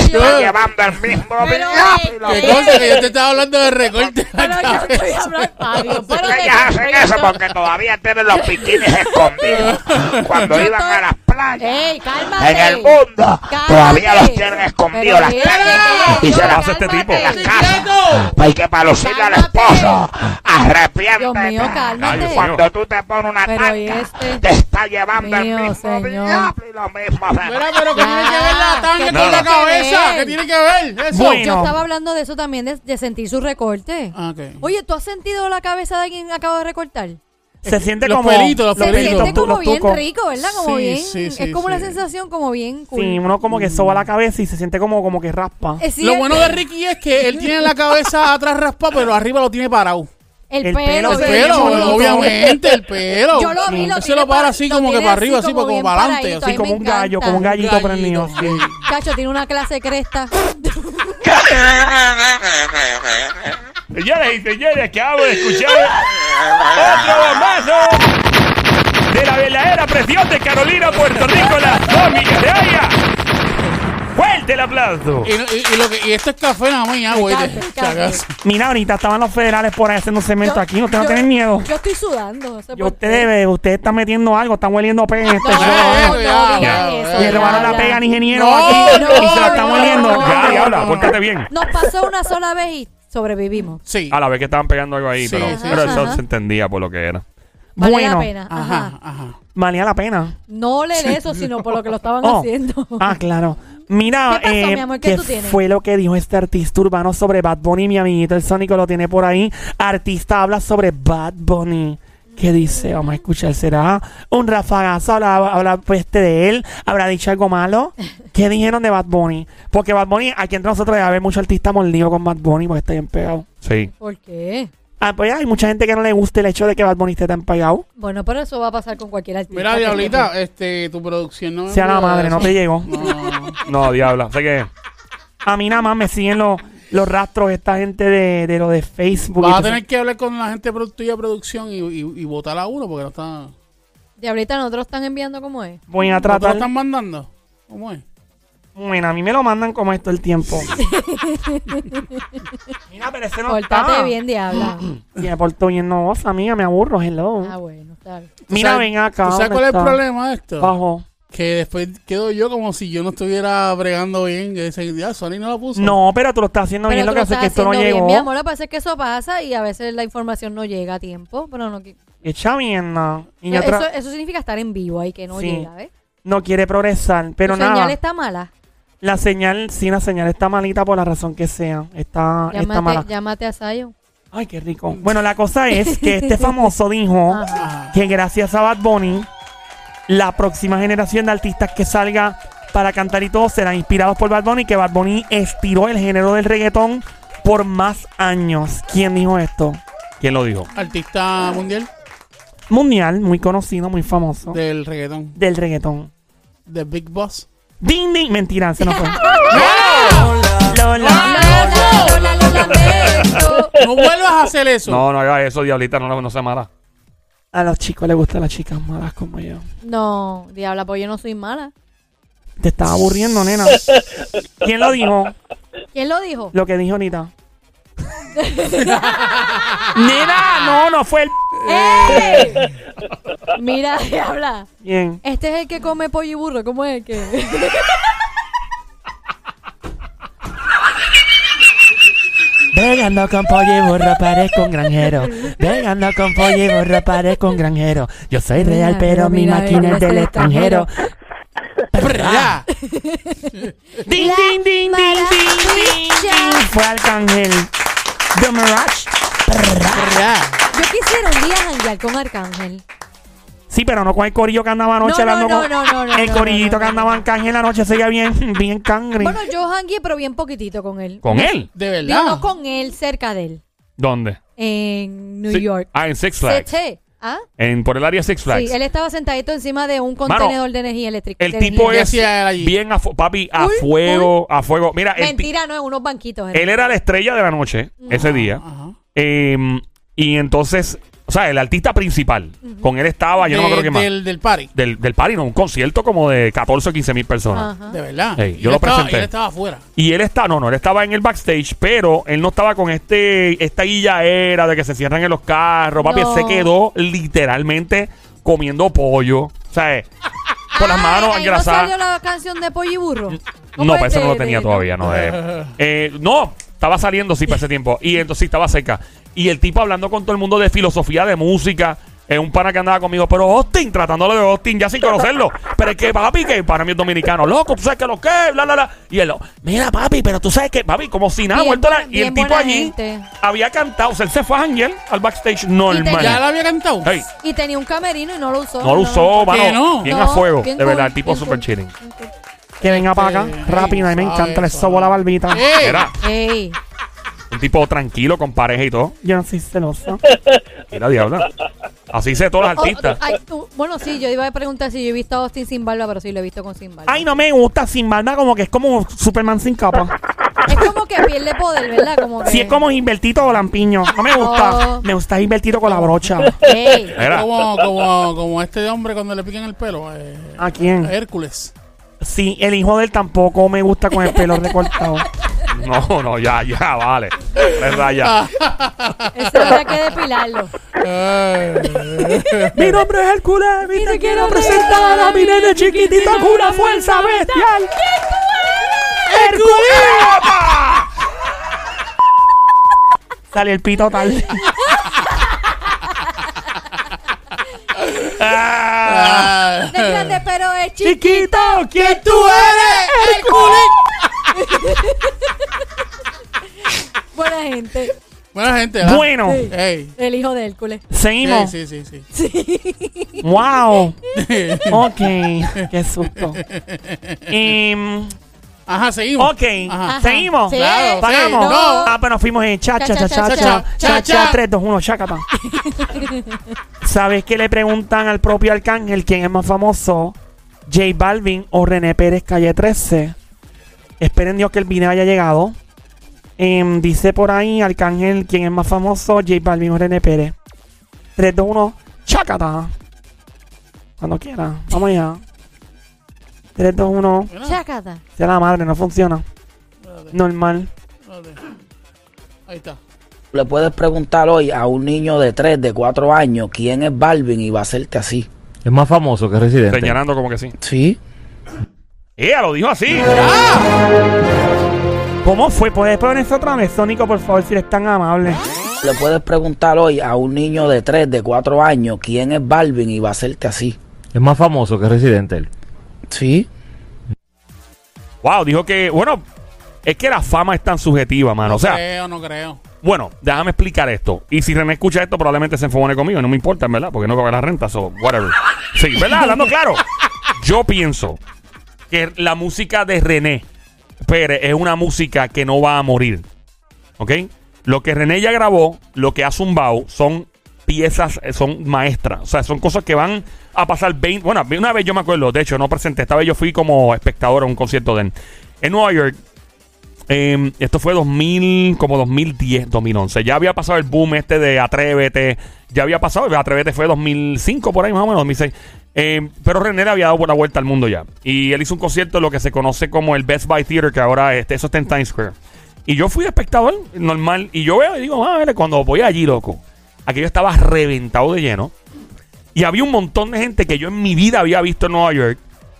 [SPEAKER 3] está llevando el mismo
[SPEAKER 2] Pero,
[SPEAKER 3] billete.
[SPEAKER 2] eh,
[SPEAKER 3] lo-
[SPEAKER 4] Que conste que yo te estaba hablando de recorte. Pues, en la
[SPEAKER 2] Pero yo estoy
[SPEAKER 4] cabeza.
[SPEAKER 2] hablando, Fabio, pero de
[SPEAKER 3] Ellas hacen eso porque todavía tienen los bikinis escondidos. Cuando
[SPEAKER 2] Yo
[SPEAKER 3] iban
[SPEAKER 2] estoy-
[SPEAKER 3] a las playas
[SPEAKER 2] ¡Ey, cálmate!
[SPEAKER 3] en el mundo,
[SPEAKER 2] Cálmate.
[SPEAKER 3] todavía los tienen escondidos. Las
[SPEAKER 2] Pero
[SPEAKER 3] tienen
[SPEAKER 2] mira,
[SPEAKER 3] y se
[SPEAKER 2] no,
[SPEAKER 3] las
[SPEAKER 1] hace este tipo.
[SPEAKER 3] en las
[SPEAKER 2] cálmate.
[SPEAKER 3] casas. Para que para lucir al
[SPEAKER 2] Cálmate.
[SPEAKER 3] esposo. Arrepiéntete.
[SPEAKER 5] Dios mío, cálmate.
[SPEAKER 3] Ay, Dios Cuando tú te pones una
[SPEAKER 5] Pero, ¿y
[SPEAKER 3] tanca,
[SPEAKER 5] este?
[SPEAKER 3] te está llevando el
[SPEAKER 5] Mío,
[SPEAKER 3] mismo
[SPEAKER 5] señor.
[SPEAKER 3] diablo y lo mismo.
[SPEAKER 4] Mira, pero ¿qué tiene que ver la tanga
[SPEAKER 5] ¿qué
[SPEAKER 4] con
[SPEAKER 5] tiene
[SPEAKER 4] la
[SPEAKER 5] que
[SPEAKER 4] cabeza?
[SPEAKER 5] ver?
[SPEAKER 4] ¿Qué tiene que ver eso?
[SPEAKER 1] Bueno.
[SPEAKER 5] Yo
[SPEAKER 1] No.
[SPEAKER 5] estaba hablando de eso también, de, de sentir su recorte.
[SPEAKER 4] Ah, ok.
[SPEAKER 5] Oye, ¿tú has sentido la cabeza de alguien que acaba de recortar?
[SPEAKER 1] Se siente
[SPEAKER 4] Los
[SPEAKER 1] como.
[SPEAKER 4] pelitos, los
[SPEAKER 5] Se
[SPEAKER 4] pelitos.
[SPEAKER 5] siente
[SPEAKER 1] tu-
[SPEAKER 5] como
[SPEAKER 1] los
[SPEAKER 5] bien
[SPEAKER 1] tucos.
[SPEAKER 5] rico, ¿verdad? Como
[SPEAKER 4] Sí,
[SPEAKER 5] bien.
[SPEAKER 4] sí, sí,
[SPEAKER 5] es
[SPEAKER 4] sí.
[SPEAKER 5] como una sensación como bien cool.
[SPEAKER 1] Sí, uno como que soba la cabeza y se siente como, como que raspa.
[SPEAKER 5] Es
[SPEAKER 4] Lo
[SPEAKER 5] cierto.
[SPEAKER 4] bueno de Ricky es que él tiene la cabeza atrás raspada, pero arriba lo tiene parado.
[SPEAKER 5] El,
[SPEAKER 1] el
[SPEAKER 5] pelo.
[SPEAKER 1] pelo,
[SPEAKER 4] El
[SPEAKER 5] bien
[SPEAKER 4] pelo,
[SPEAKER 5] bonito.
[SPEAKER 4] obviamente, el pelo.
[SPEAKER 5] Yo lo vi, lo
[SPEAKER 4] Él se
[SPEAKER 5] tiene
[SPEAKER 4] lo para
[SPEAKER 5] pa-
[SPEAKER 4] así
[SPEAKER 5] lo
[SPEAKER 4] como que
[SPEAKER 5] tiene
[SPEAKER 4] para arriba,
[SPEAKER 5] así
[SPEAKER 4] así,
[SPEAKER 5] como
[SPEAKER 4] como
[SPEAKER 5] bien
[SPEAKER 4] para adelante.
[SPEAKER 5] paradito,
[SPEAKER 4] así.
[SPEAKER 1] Sí, como
[SPEAKER 5] me
[SPEAKER 1] un gallo,
[SPEAKER 5] encanta.
[SPEAKER 1] como un gallito
[SPEAKER 4] Gallito,
[SPEAKER 1] prendido. sí.
[SPEAKER 4] sí.
[SPEAKER 5] Cacho, tiene una clase de cresta.
[SPEAKER 3] Señoras y señores, acabo de escuchar otro bombazo de la verdadera presión de Carolina Puerto Rico, la cómica de Haya. ¡Fuerte el aplauso!
[SPEAKER 4] Y, y- y lo que, y esto es café nada más, y agua,
[SPEAKER 5] Café,
[SPEAKER 4] ¿viste?
[SPEAKER 5] café.
[SPEAKER 4] Cagazo.
[SPEAKER 1] Mira, ahorita estaban los federales por ahí haciendo cemento
[SPEAKER 5] Yo-
[SPEAKER 1] aquí. Ustedes no
[SPEAKER 5] yo-
[SPEAKER 1] tienen miedo.
[SPEAKER 5] Yo estoy sudando. No sé
[SPEAKER 1] Yo,
[SPEAKER 5] por qué.
[SPEAKER 1] ustedes, eh, ustedes están metiendo algo, están hueliendo pega en este
[SPEAKER 5] No,
[SPEAKER 1] show.
[SPEAKER 5] no,
[SPEAKER 4] Ya,
[SPEAKER 5] no
[SPEAKER 4] ya,
[SPEAKER 5] digan
[SPEAKER 4] ya,
[SPEAKER 5] eso,
[SPEAKER 4] ya.
[SPEAKER 1] Le robaron la
[SPEAKER 5] habla.
[SPEAKER 1] pega al ingeniero
[SPEAKER 4] No,
[SPEAKER 1] aquí
[SPEAKER 4] no,
[SPEAKER 1] y se la están
[SPEAKER 5] no,
[SPEAKER 1] hueliendo.
[SPEAKER 5] no,
[SPEAKER 1] Ya,
[SPEAKER 5] no,
[SPEAKER 1] diabla,
[SPEAKER 4] no.
[SPEAKER 1] pórtate bien.
[SPEAKER 5] Nos pasó una sola vez y sobrevivimos.
[SPEAKER 4] Sí.
[SPEAKER 3] A la vez que estaban pegando algo ahí,
[SPEAKER 4] Sí,
[SPEAKER 3] pero,
[SPEAKER 4] sí,
[SPEAKER 3] pero eso
[SPEAKER 5] ajá.
[SPEAKER 3] se entendía por lo que era.
[SPEAKER 5] Vale
[SPEAKER 1] Bueno.
[SPEAKER 5] la pena. Ajá.
[SPEAKER 4] Ajá, ajá.
[SPEAKER 1] Valía la pena.
[SPEAKER 5] No leer eso, sino por lo que lo estaban
[SPEAKER 1] Oh.
[SPEAKER 5] haciendo.
[SPEAKER 1] Ah, claro. Mira,
[SPEAKER 5] ¿Qué pasó,
[SPEAKER 1] eh,
[SPEAKER 5] mi amor? ¿Qué tú tienes?
[SPEAKER 1] fue lo que dijo este artista urbano sobre Bad Bunny? Mi amiguito el Sónico lo tiene por ahí. Artista habla sobre Bad Bunny. ¿Qué dice? Vamos a escuchar. ¿Será un rafagazo? ¿Habla, habla peste de él? ¿Habrá dicho algo malo? ¿Qué dijeron de Bad Bunny? Porque Bad Bunny, aquí entre nosotros debe haber muchos artistas mordidos con Bad Bunny porque está bien pegado.
[SPEAKER 3] Sí.
[SPEAKER 5] ¿Por qué?
[SPEAKER 1] Ah, pues hay mucha gente que no le gusta el hecho de que Bad Bunny esté tan pegado.
[SPEAKER 5] Bueno, pero eso va a pasar con cualquier artista.
[SPEAKER 4] Mira,
[SPEAKER 5] que-
[SPEAKER 4] Diablita, este, tu producción no... me
[SPEAKER 1] Sea la
[SPEAKER 4] envió
[SPEAKER 1] madre,
[SPEAKER 4] eso.
[SPEAKER 1] no te llegó.
[SPEAKER 4] No.
[SPEAKER 3] No, diabla, sé que.
[SPEAKER 1] A mí nada más me siguen los, los rastros esta gente de, de lo de Facebook.
[SPEAKER 4] Vas a
[SPEAKER 1] Entonces-
[SPEAKER 4] tener que hablar con la gente de tuya de producción y, y, y votar a uno porque no está...
[SPEAKER 5] Diablita, nosotros están enviando como es.
[SPEAKER 1] Voy a
[SPEAKER 4] ¿No te lo
[SPEAKER 1] tratar.
[SPEAKER 4] están mandando? ¿Cómo es?
[SPEAKER 1] Bueno, a mí me lo mandan como esto el tiempo. Mira, pero ese no
[SPEAKER 5] Pórtate
[SPEAKER 1] está.
[SPEAKER 5] bien, diabla.
[SPEAKER 1] Sí, me porto bien, no, vos, amiga, me aburro, hello.
[SPEAKER 5] ah, bueno, está bien.
[SPEAKER 4] ¿Tú
[SPEAKER 1] Mira,
[SPEAKER 4] sabes-
[SPEAKER 1] ven acá.
[SPEAKER 4] ¿Tú sabes
[SPEAKER 1] ¿dónde
[SPEAKER 4] cuál es el
[SPEAKER 1] está?
[SPEAKER 4] problema de esto?
[SPEAKER 1] Bajo.
[SPEAKER 4] Que después quedo yo como si yo no estuviera bregando bien. Que dicen, ya, Sony no la puso.
[SPEAKER 1] No, pero tú lo estás haciendo bien,
[SPEAKER 5] Pero
[SPEAKER 1] lo
[SPEAKER 5] tú
[SPEAKER 1] que hace es
[SPEAKER 5] estás
[SPEAKER 1] que esto no
[SPEAKER 5] haciendo bien,
[SPEAKER 1] llegó.
[SPEAKER 5] Mi amor, a veces que eso pasa y a veces la información no llega a tiempo, pero no... que-
[SPEAKER 1] Echa mierda. Y
[SPEAKER 5] Eso,
[SPEAKER 1] otra-
[SPEAKER 5] eso significa estar en vivo ahí, que no
[SPEAKER 1] Sí.
[SPEAKER 5] llega, ¿ves?
[SPEAKER 1] no quiere progresar, pero
[SPEAKER 5] Tu
[SPEAKER 1] nada.
[SPEAKER 5] señal está mala.
[SPEAKER 1] La señal, sí, la señal está malita por la razón que sea. Está, está mala.
[SPEAKER 5] Llámate, llámate a Sayo.
[SPEAKER 1] Ay, qué rico. Bueno, la cosa es que este famoso
[SPEAKER 5] Ah.
[SPEAKER 1] dijo
[SPEAKER 4] Ah,
[SPEAKER 5] Ajá.
[SPEAKER 1] que gracias a Bad Bunny, la próxima generación de artistas que salga para cantar y todo serán inspirados por Bad Bunny, que Bad Bunny estiró el género del reggaetón por más años. ¿Quién dijo esto?
[SPEAKER 3] ¿Quién lo dijo?
[SPEAKER 4] Artista mundial
[SPEAKER 1] Mundial, muy conocido, muy famoso,
[SPEAKER 4] del reggaetón.
[SPEAKER 1] del reggaetón.
[SPEAKER 4] De Big Boss.
[SPEAKER 1] Ding, ding. Mentira, se nos fue.
[SPEAKER 5] La,
[SPEAKER 1] Lola.
[SPEAKER 5] la, la, la, la, lamento.
[SPEAKER 4] No vuelvas a hacer eso.
[SPEAKER 3] No, no hagas eso, diablita, no, no se amará.
[SPEAKER 1] A los chicos les gustan las chicas malas como yo.
[SPEAKER 5] No, diabla, pues yo no soy mala.
[SPEAKER 1] Te estaba aburriendo, nena. ¿Quién lo dijo?
[SPEAKER 5] ¿Quién lo dijo?
[SPEAKER 1] Lo que dijo Anita. Nena, no, no fue el.
[SPEAKER 5] ¡Ey! Mira, diabla.
[SPEAKER 1] Bien.
[SPEAKER 5] Este es el que come pollo y burro. ¿Cómo es el que?
[SPEAKER 1] Vegando con pollo y burro, parezco un granjero. Vegando con pollo y burro, parezco un granjero. Yo soy real,
[SPEAKER 5] Mira,
[SPEAKER 1] pero mi
[SPEAKER 5] mira,
[SPEAKER 1] máquina
[SPEAKER 5] mira,
[SPEAKER 1] es del
[SPEAKER 5] ese
[SPEAKER 1] extranjero.
[SPEAKER 4] Prrra.
[SPEAKER 1] Ding, ding, ding, ding, ding, ding, ding. Fue Arcángel. The Mirage.
[SPEAKER 4] Prrra.
[SPEAKER 5] Yo quisiera un día janguear con Arcángel.
[SPEAKER 1] Sí, pero no con el corillo que andaba anoche
[SPEAKER 5] No, no,
[SPEAKER 1] hablando
[SPEAKER 5] no,
[SPEAKER 1] con-
[SPEAKER 5] no, no, no,
[SPEAKER 1] El
[SPEAKER 5] no,
[SPEAKER 1] corillito
[SPEAKER 5] no, no,
[SPEAKER 1] que andaba
[SPEAKER 5] no.
[SPEAKER 1] en canje en la noche seguía bien, bien cangre.
[SPEAKER 5] Bueno, yo jangueé, pero bien poquitito con él.
[SPEAKER 3] ¿Con él?
[SPEAKER 4] De
[SPEAKER 5] Digo,
[SPEAKER 4] verdad.
[SPEAKER 5] no con él, cerca de él.
[SPEAKER 3] ¿Dónde?
[SPEAKER 5] En New
[SPEAKER 3] Sí.
[SPEAKER 5] York.
[SPEAKER 3] Ah, en Six Flags.
[SPEAKER 5] CT. ¿Ah?
[SPEAKER 3] En, por el área Six Flags.
[SPEAKER 5] Sí, él estaba sentadito encima de un
[SPEAKER 3] Mano,
[SPEAKER 5] contenedor de energía eléctrica.
[SPEAKER 3] El
[SPEAKER 5] de
[SPEAKER 3] tipo
[SPEAKER 5] energía.
[SPEAKER 4] ¿Qué
[SPEAKER 3] es
[SPEAKER 4] hacía él allí?
[SPEAKER 3] bien a fu- papi, a
[SPEAKER 5] Uy,
[SPEAKER 3] fuego, a fuego. Mira, el ti-
[SPEAKER 5] Mentira, no, es unos banquitos.
[SPEAKER 3] él era la estrella de la noche ese día.
[SPEAKER 4] Ajá.
[SPEAKER 3] Eh, Em, y entonces, O sea, el artista principal. Con él estaba, yo no me acuerdo qué más.
[SPEAKER 4] Del, del party.
[SPEAKER 3] Del, del party, no, un concierto como de 14 o 15 mil personas.
[SPEAKER 5] Ajá.
[SPEAKER 4] De verdad.
[SPEAKER 3] Ey,
[SPEAKER 4] Y
[SPEAKER 3] yo
[SPEAKER 4] él
[SPEAKER 3] lo
[SPEAKER 4] estaba-
[SPEAKER 3] presenté.
[SPEAKER 4] Él estaba afuera.
[SPEAKER 3] Y él está, no, no, él estaba en el backstage, pero él no estaba con este, esta guillaera de que se cierran en los carros, papi.
[SPEAKER 5] No.
[SPEAKER 3] Se quedó literalmente comiendo pollo. O sea, eh, con las
[SPEAKER 5] Ay,
[SPEAKER 3] manos
[SPEAKER 5] Ah, ahí
[SPEAKER 3] engrasadas.
[SPEAKER 5] ¿No salió la canción de Pollo y Burro?
[SPEAKER 3] No, para eso
[SPEAKER 5] de-
[SPEAKER 3] no lo
[SPEAKER 5] de-
[SPEAKER 3] tenía
[SPEAKER 5] no.
[SPEAKER 3] todavía, no. eh. Eh, no, estaba saliendo, sí, para ese tiempo. Y entonces sí, estaba seca. Y el tipo hablando con todo el mundo de filosofía, de música. Es un pana que andaba conmigo, pero Austin, tratándolo de Austin, ya sin conocerlo. Pero es que, papi, que para mí es dominicano. Loco, tú sabes que lo que, es, bla, bla, bla. Y él, mira, papi, pero tú sabes que, papi, como si nada,
[SPEAKER 5] Bien
[SPEAKER 3] muerto la-
[SPEAKER 5] buena-
[SPEAKER 3] Y el
[SPEAKER 5] bien
[SPEAKER 3] tipo
[SPEAKER 5] buena
[SPEAKER 3] allí
[SPEAKER 5] gente.
[SPEAKER 3] había cantado. O sea, él se fue a janguear al backstage
[SPEAKER 4] ¿Ya
[SPEAKER 3] normal.
[SPEAKER 4] la había cantado?
[SPEAKER 3] Ey,
[SPEAKER 5] Y tenía un camerino y no lo usó.
[SPEAKER 3] no lo usó,
[SPEAKER 4] ¿Por qué
[SPEAKER 3] mano.
[SPEAKER 4] no?
[SPEAKER 3] Bien
[SPEAKER 5] No,
[SPEAKER 3] a fuego.
[SPEAKER 5] bien
[SPEAKER 3] de
[SPEAKER 5] cool,
[SPEAKER 3] verdad, el tipo
[SPEAKER 5] bien
[SPEAKER 3] super
[SPEAKER 5] cool.
[SPEAKER 3] chilling.
[SPEAKER 1] Que venga para acá,
[SPEAKER 4] Este,
[SPEAKER 1] rápido. A mí me
[SPEAKER 4] suave,
[SPEAKER 1] encanta, le
[SPEAKER 4] suave.
[SPEAKER 1] sobo la barbita.
[SPEAKER 4] Ey,
[SPEAKER 3] Era
[SPEAKER 5] Ey,
[SPEAKER 3] un tipo tranquilo, con pareja y todo.
[SPEAKER 1] Yo no soy celoso.
[SPEAKER 3] Mira, diabla. Así se todos los
[SPEAKER 5] Oh,
[SPEAKER 3] artistas.
[SPEAKER 5] ay, tú- bueno, sí, yo iba a preguntar si yo he visto a Austin sin barba, pero sí lo he visto con sin barba.
[SPEAKER 1] Ay, no me gusta, sin barba, como que es como Superman sin capa.
[SPEAKER 5] Es como que pierde poder, ¿verdad? Como que,
[SPEAKER 1] Si es como Gilbertito o Lampiño. No me gusta.
[SPEAKER 5] Oh.
[SPEAKER 1] Me gusta Gilbertito con la brocha.
[SPEAKER 5] Ey,
[SPEAKER 3] Era.
[SPEAKER 4] Como, como, como este hombre cuando le pican el pelo. eh,
[SPEAKER 1] ¿A quién?
[SPEAKER 4] Hércules.
[SPEAKER 1] Sí, el hijo de él tampoco me gusta con el pelo recortado.
[SPEAKER 3] No, no, ya, ya, vale. Es raya.
[SPEAKER 5] eso habrá que depilarlo.
[SPEAKER 4] Ey.
[SPEAKER 1] Mi nombre es Hércules y te quiero presentar a mi nene chiquitito con una fuerza bestial. ¡Hércules! Sale el pito tal.
[SPEAKER 4] Ah.
[SPEAKER 5] De grande, pero es chiquito.
[SPEAKER 1] Chiquito, ¿quién tú eres?
[SPEAKER 5] Buena gente.
[SPEAKER 4] Buena gente, ¿verdad?
[SPEAKER 1] ¡Hércules! Bueno,
[SPEAKER 5] Sí.
[SPEAKER 4] Ey.
[SPEAKER 5] El hijo de Hércules.
[SPEAKER 1] seguimos.
[SPEAKER 4] Sí, sí, sí. sí.
[SPEAKER 1] Wow. Ok, qué susto. Em,
[SPEAKER 4] Ajá, seguimos.
[SPEAKER 1] ok,
[SPEAKER 3] Ah,
[SPEAKER 4] Ajá.
[SPEAKER 1] seguimos.
[SPEAKER 5] Sí.
[SPEAKER 4] Claro,
[SPEAKER 1] Pagamos.
[SPEAKER 4] sí, no.
[SPEAKER 1] Ah, pero nos fuimos en cha, cha, cha, cha, cha, cha, cha, 3, 2, 1, chacata. ¿Sabes qué le preguntan al propio Arcángel quién es más famoso? ¿J Balvin o René Pérez, calle 13? Esperen Dios que el video haya llegado. Em, dice por ahí Arcángel quién es más famoso, J Balvin o René Pérez. 3, 2, 1, chacata. Cuando quiera, vamos allá. 3, 2, 1,
[SPEAKER 4] Mira,
[SPEAKER 5] Chacata.
[SPEAKER 1] sea la madre, no funciona.
[SPEAKER 4] espérate,
[SPEAKER 1] Normal.
[SPEAKER 4] espérate. Ahí está.
[SPEAKER 6] Le puedes preguntar hoy a un niño de 3, de 4 años quién es Balvin y va a hacerte así.
[SPEAKER 7] Es más famoso que Residente.
[SPEAKER 3] Señalando como que sí.
[SPEAKER 6] Sí.
[SPEAKER 3] Ella lo dijo así.
[SPEAKER 1] ¿Cómo fue? Pues, ¿Puedes poner eso otra vez, Sónico, por favor, si eres tan amable?
[SPEAKER 6] Le puedes preguntar hoy a un niño de 3, de 4 años quién es Balvin y va a hacerte así.
[SPEAKER 7] Es más famoso que Residente.
[SPEAKER 6] Sí.
[SPEAKER 3] Wow, dijo que, bueno, es que la fama es tan subjetiva, mano. O sea,
[SPEAKER 4] creo, no creo.
[SPEAKER 3] Bueno, déjame explicar esto. Y si René escucha esto, probablemente se enfone conmigo. No me importa, en ¿verdad? Porque no cobra la renta, so whatever. Sí, ¿verdad? Hablando claro. Yo pienso que la música de René Pérez es una música que no va a morir. ¿Ok? Lo que René ya grabó, lo que ha zumbado, son piezas, eh, son maestras. O sea, son cosas que van a pasar 20. Bueno, una vez yo me acuerdo, de hecho, no presenté. Esta vez yo fui como espectador a un concierto de él. En Nueva York, eh, esto fue 2000, como 2010, 2011. Ya había pasado el boom este de Atrévete. Ya había pasado, pues, Atrévete fue 2005 por ahí más o menos, 2006. Eh, pero René le había dado buena vuelta al mundo ya. Y él hizo un concierto en lo que se conoce como el Best Buy Theater, que ahora este, eso está en Times Square. Y yo fui espectador normal. Y yo veo y digo, ah, mira, cuando voy allí, loco, aquello estaba reventado de lleno. Y había un montón de gente que yo en mi vida había visto en Nueva York,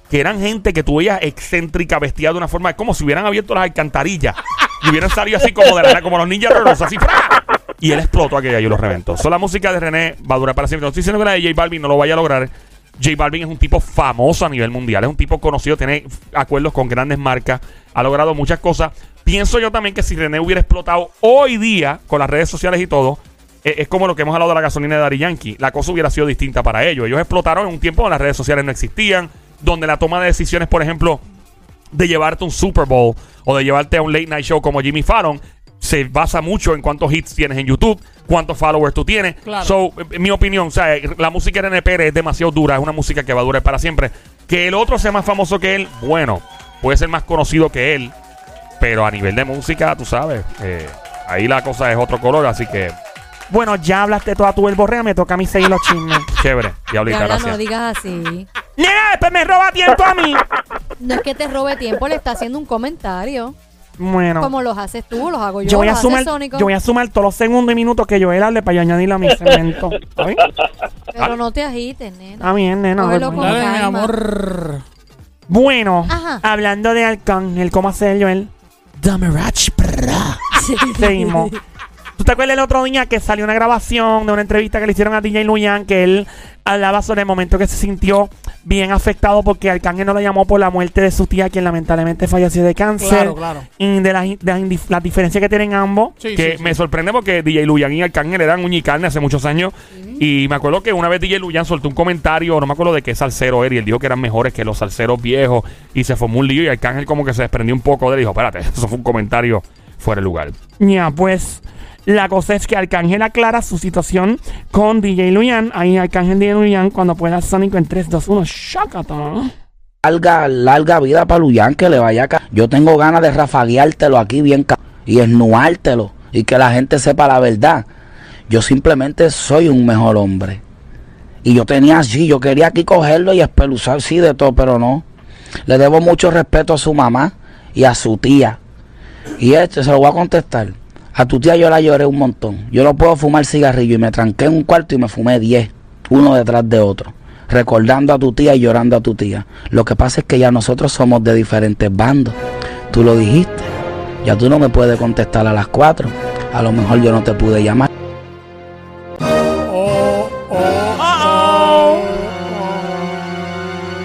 [SPEAKER 3] que eran gente que tú veías excéntrica, vestida de una forma, es como si hubieran abierto las alcantarillas y hubieran salido así como de la nada, como los ninjas turtles, así ¡fra! Y él explotó aquella y lo reventó. So, la música de René va a durar para siempre. No estoy diciendo que la de J Balvin no lo vaya a lograr. J Balvin es un tipo famoso a nivel mundial, es un tipo conocido, tiene acuerdos con grandes marcas, ha logrado muchas cosas. Pienso yo también que si René hubiera explotado hoy día con las redes sociales y todo, eh, es como lo que hemos hablado de la gasolina de Dari Yankee. La cosa hubiera sido distinta para ellos. Ellos explotaron en un tiempo donde las redes sociales no existían, donde la toma de decisiones, por ejemplo, de llevarte un Super Bowl o de llevarte a un late night show como Jimmy Fallon se basa mucho en cuántos hits tienes en YouTube, cuántos followers tú tienes.
[SPEAKER 4] Claro.
[SPEAKER 3] So, eh, mi opinión, o sea, eh, la música de René Pérez es demasiado dura, es una música que va a durar para siempre. Que el otro sea más famoso que él, bueno, puede ser más conocido que él, pero a nivel de música, tú sabes, eh, ahí la cosa es otro color, así que
[SPEAKER 1] Bueno, ya hablaste toda tu verborrea, me toca a mí seguir los chismes.
[SPEAKER 3] Chévere, diablita,
[SPEAKER 5] Diabla, no
[SPEAKER 3] gracias.
[SPEAKER 5] digas así.
[SPEAKER 1] ¡Nena, después me roba tiempo a mí!
[SPEAKER 5] No es que te robe tiempo, le está haciendo un comentario.
[SPEAKER 1] Bueno,
[SPEAKER 5] Como los haces tú, los hago yo.
[SPEAKER 1] yo voy, a
[SPEAKER 5] los hace
[SPEAKER 1] sumar,
[SPEAKER 5] Sónico.
[SPEAKER 1] yo voy a sumar todos los segundos y minutos que yo hable para yo añadirle a mi segmento. ¿Está bien?
[SPEAKER 5] Pero no te agites, nena.
[SPEAKER 1] Está bien, nena.
[SPEAKER 5] Cógelo
[SPEAKER 1] voy,
[SPEAKER 5] con-
[SPEAKER 1] voy.
[SPEAKER 4] Dale, mi
[SPEAKER 5] Calma.
[SPEAKER 4] amor.
[SPEAKER 1] Bueno,
[SPEAKER 5] Ajá.
[SPEAKER 1] hablando de Arcángel, ¿cómo hacer, Joel?
[SPEAKER 4] Dame rach, prrra.
[SPEAKER 1] Ah, Seguimos. ¿Tú te acuerdas el otro día que salió una grabación de una entrevista que le hicieron a DJ Luyan que él hablaba sobre el momento que se sintió bien afectado porque Arcángel no lo llamó por la muerte de su tía, quien lamentablemente falleció de cáncer?
[SPEAKER 4] Claro, claro.
[SPEAKER 1] Y de las, de las indif- las diferencias que tienen ambos.
[SPEAKER 4] Sí,
[SPEAKER 3] que
[SPEAKER 4] sí, sí.
[SPEAKER 3] me sorprende porque DJ Luyan y Arcángel eran uña y carne hace muchos años. Y me acuerdo que una vez DJ Luyan soltó un comentario, no me acuerdo de qué salsero era, y él dijo que eran mejores que los salseros viejos. Y se formó un lío y Arcángel como que se desprendió un poco de él y dijo, espérate, eso fue un comentario fuera de lugar.
[SPEAKER 1] Ya, pues la cosa es que Arcángel aclara su situación con DJ Luyan. Ahí Arcángel DJ Luyan cuando pueda Sónico en 3, 2, 1, shakata.
[SPEAKER 6] Larga, larga vida para Luyan que le vaya acá. Yo tengo ganas de rafagueártelo aquí bien ca- y esnuártelo y que la gente sepa la verdad. Yo simplemente soy un mejor hombre. Y yo tenía así, yo quería aquí cogerlo y espeluzar, sí, de todo, pero no. Le debo mucho respeto a su mamá y a su tía. Y esto se lo voy a contestar. A tu tía yo la lloré un montón. Yo no puedo fumar cigarrillo y me tranqué en un cuarto y me fumé 10, uno detrás de otro. Recordando a tu tía y llorando a tu tía. Lo que pasa es que ya nosotros somos de diferentes bandos. Tú lo dijiste. Ya tú no me puedes contestar a las 4. A lo mejor yo no te pude llamar.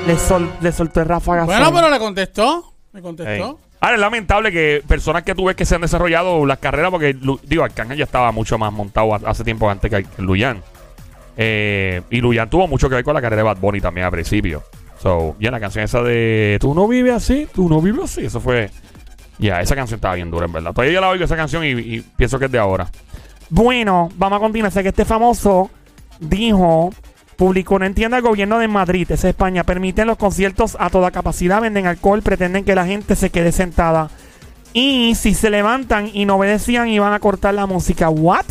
[SPEAKER 1] Le, sol, le soltó el ráfaga.
[SPEAKER 4] Bueno,
[SPEAKER 1] Sónico.
[SPEAKER 4] pero le contestó. Me
[SPEAKER 3] Ey.
[SPEAKER 4] contestó.
[SPEAKER 3] Ahora es lamentable que personas que tú ves que se han desarrollado las carreras, porque Lu- digo, Arcángel ya estaba mucho más montado ha- hace tiempo antes que Ar- Luyan. Eh, y Luyan tuvo mucho que ver con la carrera de Bad Bunny también al principio. So, ya la canción esa de Tú no vives así, tú no vives así, eso fue. Ya, esa canción estaba bien dura, en verdad. Todavía yo la oigo esa canción y, y pienso que es de ahora.
[SPEAKER 1] Bueno, vamos a continuar. Sé que este famoso dijo, publicó, no entiende el gobierno de Madrid, es España, permiten los conciertos a toda capacidad, venden alcohol, pretenden que la gente se quede sentada. Y si se levantan y no obedecían, iban a cortar la música. ¿What?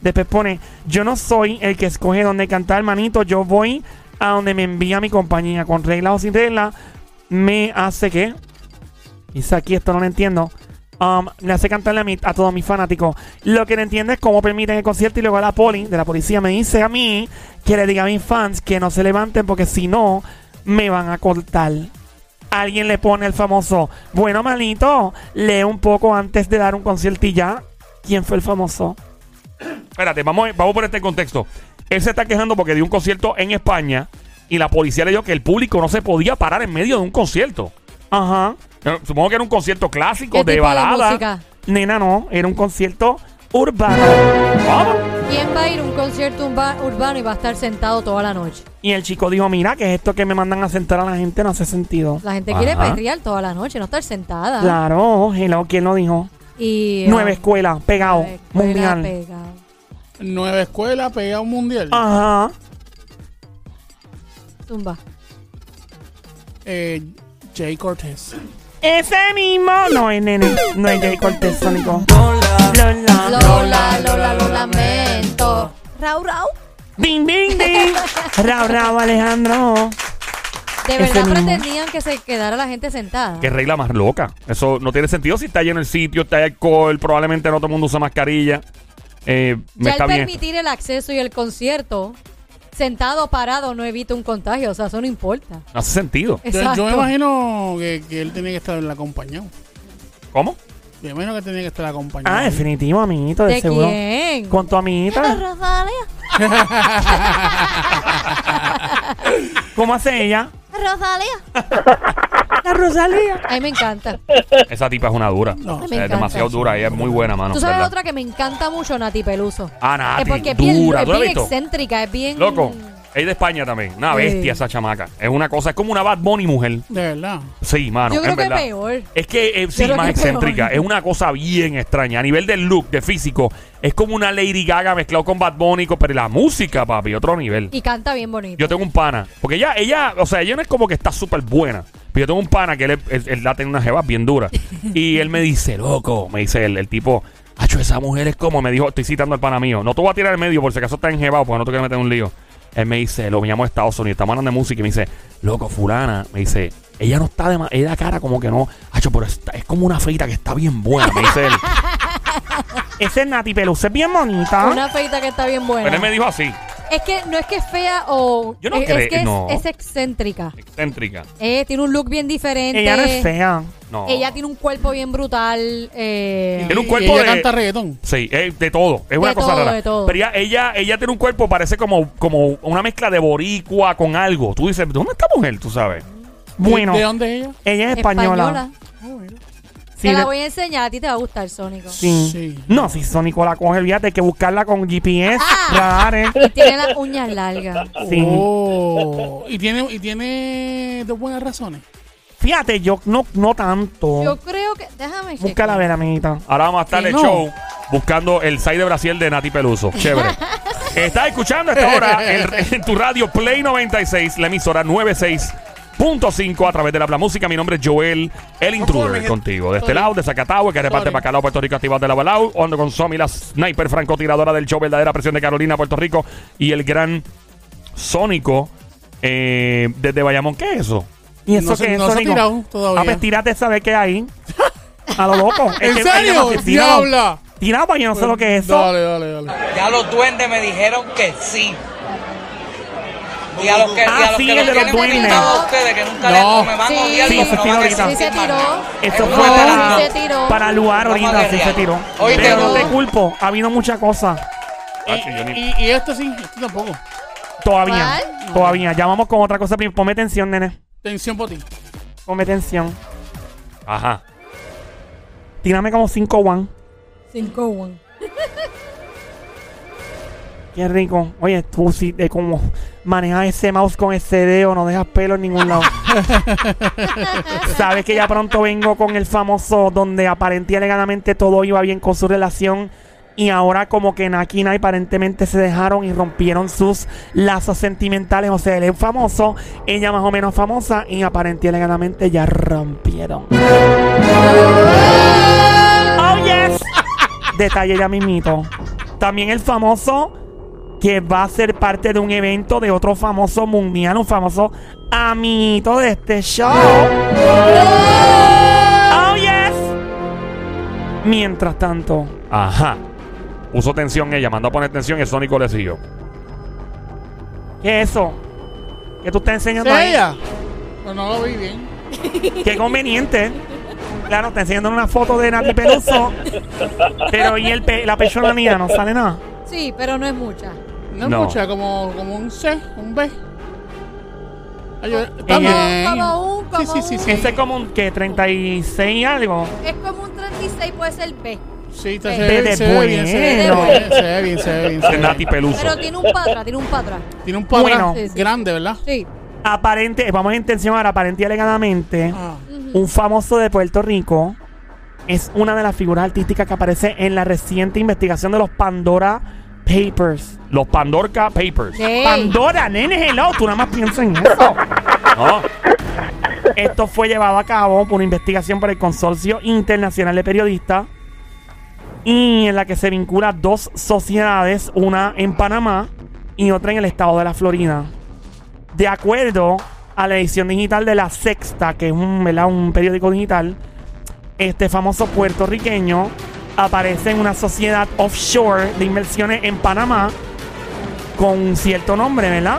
[SPEAKER 1] Después pone, yo no soy el que escoge dónde cantar, manito, yo voy a donde me envía mi compañía, con reglas o sin reglas, me hace que... Dice aquí, esto no lo entiendo. Um, me hace cantarle a, mi- a todos mis fanáticos. Lo que no entiendo es cómo permiten el concierto y luego la poli de la policía me dice a mí que le diga a mis fans que no se levanten porque si no me van a cortar. Alguien le pone el famoso, bueno malito, lee un poco antes de dar un concierto y ya. ¿Quién fue el famoso?
[SPEAKER 3] Espérate, vamos, a- vamos por este contexto. Él se está quejando porque dio un concierto en España y la policía le dijo que el público no se podía parar en medio de un concierto.
[SPEAKER 1] Ajá.
[SPEAKER 3] Eh, Supongo que era un concierto clásico
[SPEAKER 5] ¿Qué
[SPEAKER 3] de
[SPEAKER 5] tipo de
[SPEAKER 3] balada.
[SPEAKER 5] música?
[SPEAKER 1] Nena, no, era un concierto urbano.
[SPEAKER 5] ¿Quién va a ir a un concierto urba- urbano y va a estar sentado toda la noche?
[SPEAKER 1] Y el chico dijo, mira, que esto que me mandan a sentar a la gente no hace sentido.
[SPEAKER 5] La gente quiere
[SPEAKER 7] Ajá.
[SPEAKER 5] perrear toda la noche, no estar sentada.
[SPEAKER 1] Claro, hello, ¿quién lo dijo?
[SPEAKER 5] Y, eh,
[SPEAKER 1] Nueve escuelas, pegado,
[SPEAKER 5] nueva escuela
[SPEAKER 1] mundial.
[SPEAKER 5] pegado.
[SPEAKER 4] Nueva escuela pega un mundial.
[SPEAKER 5] Ah.
[SPEAKER 1] Ajá.
[SPEAKER 5] Tumba.
[SPEAKER 4] Eh, Jay Cortés.
[SPEAKER 1] Ese mismo. No es nene. No es Jay Cortés, Sónico. Lola.
[SPEAKER 5] Lola, Lola, lo lamento. Rau, Rau.
[SPEAKER 1] Ding, ding, ding. Rao, rao, Alejandro.
[SPEAKER 5] De
[SPEAKER 1] Ese
[SPEAKER 5] verdad
[SPEAKER 1] mismo.
[SPEAKER 5] pretendían que se quedara la gente sentada.
[SPEAKER 3] Qué regla más loca. Eso no tiene sentido si está lleno el sitio, está alcohol, probablemente no todo el mundo usa mascarilla. Eh, me
[SPEAKER 5] Ya
[SPEAKER 3] está
[SPEAKER 5] al
[SPEAKER 3] bien.
[SPEAKER 5] permitir el acceso y el concierto, sentado o parado no evita un contagio, o sea, eso no importa.
[SPEAKER 3] No hace sentido.
[SPEAKER 4] Yo, yo
[SPEAKER 5] Exacto.
[SPEAKER 4] me imagino que, que él tenía que estar acompañado.
[SPEAKER 3] ¿Cómo?
[SPEAKER 4] Yo me imagino que tenía que estar acompañado.
[SPEAKER 1] Ah, definitivo, amiguito, de,
[SPEAKER 5] ¿De
[SPEAKER 1] seguro.
[SPEAKER 5] quién?
[SPEAKER 1] Con tu
[SPEAKER 5] Ana
[SPEAKER 1] amiguita.
[SPEAKER 5] Rosalia.
[SPEAKER 1] ¿Cómo hace ella?
[SPEAKER 5] Rosalia.
[SPEAKER 1] La Rosalía.
[SPEAKER 5] Ay, me encanta.
[SPEAKER 3] Esa tipa es una dura.
[SPEAKER 4] No.
[SPEAKER 5] Ay,
[SPEAKER 3] Es
[SPEAKER 5] me encanta.
[SPEAKER 3] demasiado dura. Ella es muy buena, mano.
[SPEAKER 5] Tú sabes
[SPEAKER 3] ¿verdad?
[SPEAKER 5] otra que me encanta mucho, Nati Peluso.
[SPEAKER 3] Ah, Nati,
[SPEAKER 5] es porque es bien,
[SPEAKER 3] dura.
[SPEAKER 5] es
[SPEAKER 3] ¿Tú la has
[SPEAKER 5] bien
[SPEAKER 3] visto?
[SPEAKER 5] excéntrica, es bien.
[SPEAKER 3] Loco. Es de España también. Una
[SPEAKER 5] Sí.
[SPEAKER 3] bestia esa chamaca. Es una cosa. Es como una Bad Bunny mujer.
[SPEAKER 4] De verdad.
[SPEAKER 3] Sí, mano.
[SPEAKER 5] Yo
[SPEAKER 3] Ah,
[SPEAKER 5] creo
[SPEAKER 3] en
[SPEAKER 5] que es
[SPEAKER 3] verdad.
[SPEAKER 5] peor.
[SPEAKER 3] Es que eh, sí,
[SPEAKER 5] creo
[SPEAKER 3] más
[SPEAKER 5] que es peor.
[SPEAKER 3] excéntrica. Es una cosa bien extraña. A nivel del look, de físico, es como una Lady Gaga mezclado con Bad Bunny. con- Pero la música, papi, otro nivel.
[SPEAKER 5] Y canta bien bonito.
[SPEAKER 3] Yo tengo un pana. Porque ella, ella, o sea, ella no es como que está súper buena. Pero yo tengo un pana que él, es- él, él la tiene una jeva bien dura. y él me dice, loco, me dice el, el tipo, Acho, esa mujer es como, me dijo, estoy citando al pana mío. No te voy a tirar al medio por si acaso está enjebado, porque no te quiero meter en un lío. Él me dice, lo llamó a Estados Unidos, estamos hablando de música y me dice, loco, fulana, me dice, ella no está de más, ella cara como que no, Acho, pero está- es como una frita que está bien buena, me dice él.
[SPEAKER 1] Ese es Nati Pelusa, es bien bonita.
[SPEAKER 5] Una feita que está bien
[SPEAKER 3] Pero él
[SPEAKER 5] buena.
[SPEAKER 3] me dijo así,
[SPEAKER 5] Es que no es que es fea o.
[SPEAKER 3] Yo no
[SPEAKER 5] es,
[SPEAKER 3] creo-
[SPEAKER 5] es que es-
[SPEAKER 3] no.
[SPEAKER 5] es, excéntrica.
[SPEAKER 3] excéntrica.
[SPEAKER 5] Eh, tiene un look bien diferente.
[SPEAKER 1] Ella no es fea.
[SPEAKER 3] No.
[SPEAKER 5] Ella tiene un cuerpo bien brutal. Eh,
[SPEAKER 3] Tiene un
[SPEAKER 4] Y
[SPEAKER 3] cuerpo
[SPEAKER 4] ella
[SPEAKER 3] de-
[SPEAKER 4] canta reggaetón.
[SPEAKER 3] Sí, eh, de todo. Es una
[SPEAKER 5] De
[SPEAKER 3] cosa
[SPEAKER 5] todo,
[SPEAKER 3] rara.
[SPEAKER 5] de todo.
[SPEAKER 3] Pero ella, ella, ella tiene un cuerpo, parece como, como una mezcla de boricua con algo. Tú dices, ¿dónde está mujer? Tú sabes.
[SPEAKER 1] Bueno,
[SPEAKER 4] ¿De dónde es ella?
[SPEAKER 1] ella es española. Sí,
[SPEAKER 5] te la
[SPEAKER 1] de-
[SPEAKER 5] voy a enseñar, a ti te va a gustar, Sónico.
[SPEAKER 1] sí.
[SPEAKER 4] Sí.
[SPEAKER 1] No, si Sónico la coge, fíjate, hay que buscarla con GPS,
[SPEAKER 5] Ah.
[SPEAKER 1] radares.
[SPEAKER 5] Tiene las uñas largas.
[SPEAKER 1] Sí.
[SPEAKER 4] Oh, y tiene, y tiene dos buenas razones.
[SPEAKER 1] Fíjate, yo no, no tanto.
[SPEAKER 5] Yo creo que. Déjame checar.
[SPEAKER 1] Oh. Búscala a ver, amiguita.
[SPEAKER 3] Ahora vamos a estar
[SPEAKER 4] Que
[SPEAKER 3] en el
[SPEAKER 4] no.
[SPEAKER 3] show buscando el 6 de Brasil de Nati Peluso. Chévere. Estás escuchando esta hora en, en tu radio Play 96, la emisora 96.5 a través de la Habla Música. Mi nombre es Joel, el intruder
[SPEAKER 4] corre.
[SPEAKER 3] contigo. De este
[SPEAKER 4] Sorry.
[SPEAKER 3] lado, de Zacatau, que reparte
[SPEAKER 4] Sorry.
[SPEAKER 3] bacalao, Puerto Rico, activado de la Balao. Hondo con Somi, la sniper francotiradora del show, verdadera presión de Carolina, Puerto Rico. Y el gran Sónico eh, desde Bayamón. ¿Qué es eso?
[SPEAKER 1] Y eso
[SPEAKER 4] No se-
[SPEAKER 1] que
[SPEAKER 4] no
[SPEAKER 1] eso
[SPEAKER 4] se ha
[SPEAKER 1] digo,
[SPEAKER 4] tirado todavía.
[SPEAKER 1] A ver, tírate saber qué hay. A lo loco. Es
[SPEAKER 4] ¿En
[SPEAKER 1] que-
[SPEAKER 4] serio?
[SPEAKER 1] es que- tirado.
[SPEAKER 4] ¡Diabla!
[SPEAKER 1] Tirado, pues yo no sé lo que es eso.
[SPEAKER 4] Dale, dale, dale.
[SPEAKER 8] Ya los duendes me dijeron que sí. Y a los que, y
[SPEAKER 1] Ah,
[SPEAKER 8] a los
[SPEAKER 1] sí,
[SPEAKER 8] que
[SPEAKER 1] el de los
[SPEAKER 8] tienen
[SPEAKER 1] duendes.
[SPEAKER 8] pintado a ustedes, que nunca
[SPEAKER 4] No.
[SPEAKER 8] les me van a
[SPEAKER 5] Sí,
[SPEAKER 8] odiar
[SPEAKER 1] sí,
[SPEAKER 8] porque
[SPEAKER 1] se
[SPEAKER 8] no
[SPEAKER 1] tiró
[SPEAKER 8] van a
[SPEAKER 1] ahorita.
[SPEAKER 5] Sí, se
[SPEAKER 8] existir más
[SPEAKER 5] tiró.
[SPEAKER 8] nada.
[SPEAKER 1] Eso
[SPEAKER 8] Es
[SPEAKER 1] fue
[SPEAKER 8] una de las
[SPEAKER 5] No,
[SPEAKER 1] para,
[SPEAKER 8] dos.
[SPEAKER 5] se tiró.
[SPEAKER 1] para lugar
[SPEAKER 8] Vamos a
[SPEAKER 1] ahorita, sí se
[SPEAKER 8] guerrear.
[SPEAKER 1] tiró.
[SPEAKER 8] Hoy te
[SPEAKER 1] Pero no
[SPEAKER 8] doy.
[SPEAKER 1] te culpo, ha habido mucha cosa.
[SPEAKER 3] Acho, Ah, yo
[SPEAKER 1] Eh,
[SPEAKER 4] Y,
[SPEAKER 3] ni-
[SPEAKER 4] y esto sí, esto tampoco.
[SPEAKER 1] Todavía, todavía. Ya vamos con otra cosa. prim- Ponme tensión, nene.
[SPEAKER 4] Tensión por ti.
[SPEAKER 1] Ponme tensión. eh.
[SPEAKER 3] Ajá.
[SPEAKER 1] Tírame como 5 one.
[SPEAKER 5] 5 1.
[SPEAKER 1] Qué rico. Oye, tú sí, de cómo manejas ese mouse con ese dedo, no dejas pelo en ningún lado. Sabes que ya pronto vengo con el famoso donde aparentía legalmente todo iba bien con su relación. Y ahora como que Nakina aparentemente se dejaron y rompieron sus lazos sentimentales. O sea, él es famoso, ella más o menos famosa y aparentemente legalmente ya rompieron. Oh, yes. Detalle ya mismito. También el famoso que va a ser parte de un evento de otro famoso mundial, un famoso amiguito de este show. Oh, yes. Mientras tanto,
[SPEAKER 3] Ajá. Puso tensión ella, mandó a poner tensión y el Sónico le siguió.
[SPEAKER 1] ¿qué es eso? ¿Qué tú estás enseñando
[SPEAKER 4] ¿Es
[SPEAKER 1] ahí?
[SPEAKER 4] ella? Pero no lo vi bien.
[SPEAKER 1] Qué conveniente. Claro, está enseñando una foto de Nati Peluso. pero y el pe- la persona mía no sale nada.
[SPEAKER 5] Sí, pero no es mucha.
[SPEAKER 4] No,
[SPEAKER 3] No.
[SPEAKER 4] escucha, como, como un C, un B. Ay, yo- está
[SPEAKER 1] Como-
[SPEAKER 4] bien.
[SPEAKER 5] Eh, como un- como
[SPEAKER 4] sí, sí, sí, sí.
[SPEAKER 1] Ese es como un que 36 y algo.
[SPEAKER 5] Es como un 36, puede ser Eh. B.
[SPEAKER 4] Sí, está,
[SPEAKER 5] Sí.
[SPEAKER 4] se, ve, bien, se ve bien, se ve
[SPEAKER 1] Bueno.
[SPEAKER 4] bien, se ve bien, se ve bien. se ve
[SPEAKER 3] De Nati
[SPEAKER 4] bien.
[SPEAKER 3] Peluso.
[SPEAKER 5] Pero tiene un patra, tiene un patra.
[SPEAKER 4] Tiene un padre
[SPEAKER 1] Bueno.
[SPEAKER 5] Sí, sí.
[SPEAKER 4] grande, ¿verdad?
[SPEAKER 5] Sí.
[SPEAKER 1] aparente, vamos a intencionar aparente y alegadamente,
[SPEAKER 4] Ah.
[SPEAKER 1] un famoso de Puerto Rico es una de las figuras artísticas que aparece en la reciente investigación de los Pandora Papers.
[SPEAKER 3] Los Pandorca Papers.
[SPEAKER 5] Ey.
[SPEAKER 1] Pandora, nene, hello, tú nada más piensas en eso.
[SPEAKER 3] ¿no?
[SPEAKER 1] Esto fue llevado a cabo por una investigación por el Consorcio Internacional de Periodistas y en la que se vincula dos sociedades, una en Panamá y otra en el estado de la Florida. De acuerdo a la edición digital de La Sexta, que es un, ¿verdad? un periódico digital, este famoso puertorriqueño aparece en una sociedad offshore de inversiones en Panamá con un cierto nombre, ¿verdad?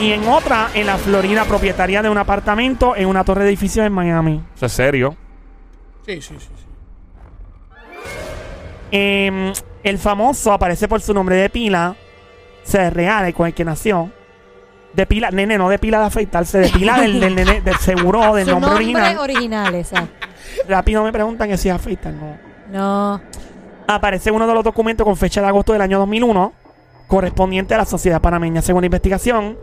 [SPEAKER 1] Y en otra, en la Florida, propietaria de un apartamento en una torre de edificios en Miami.
[SPEAKER 3] Eso es serio.
[SPEAKER 4] Sí, sí, sí. sí.
[SPEAKER 1] Eh, el famoso aparece por su nombre de pila, se real, con el que nació. De pila, nene, no de pila de afeitarse, de pila del, del nene, del seguro, del
[SPEAKER 5] Su
[SPEAKER 1] nombre,
[SPEAKER 5] nombre
[SPEAKER 1] original.
[SPEAKER 5] original, exacto.
[SPEAKER 1] Rápido me preguntan que si es afeitar, no.
[SPEAKER 5] No.
[SPEAKER 1] Aparece en uno de los documentos con fecha de agosto del año 2001, correspondiente a la sociedad panameña. Según la investigación,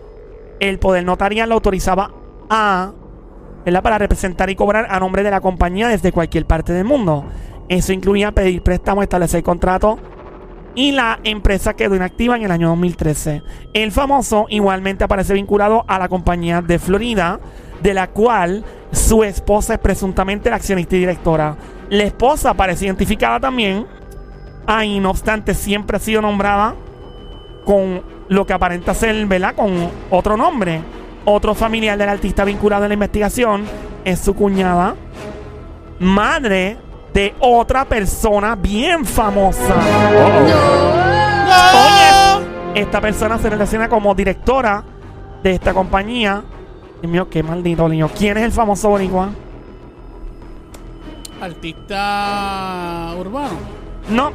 [SPEAKER 1] el poder notarial lo autorizaba a, ¿verdad? Para representar y cobrar a nombre de la compañía desde cualquier parte del mundo. Eso incluía pedir préstamos, establecer contratos y la empresa quedó inactiva en el año 2013. El famoso igualmente aparece vinculado a la compañía de Florida, de la cual su esposa es presuntamente la accionista Ah, y directora. La esposa aparece identificada también Ahí, no obstante, siempre ha sido nombrada con lo que aparenta ser, ¿verdad? Con otro nombre. Otro familiar del artista vinculado a la investigación es su cuñada, madre de otra persona bien famosa. Oye, esta persona se relaciona como directora de esta compañía. Dios mío, qué maldito niño. ¿Quién es el famoso boricua?
[SPEAKER 4] Artista urbano.
[SPEAKER 1] No,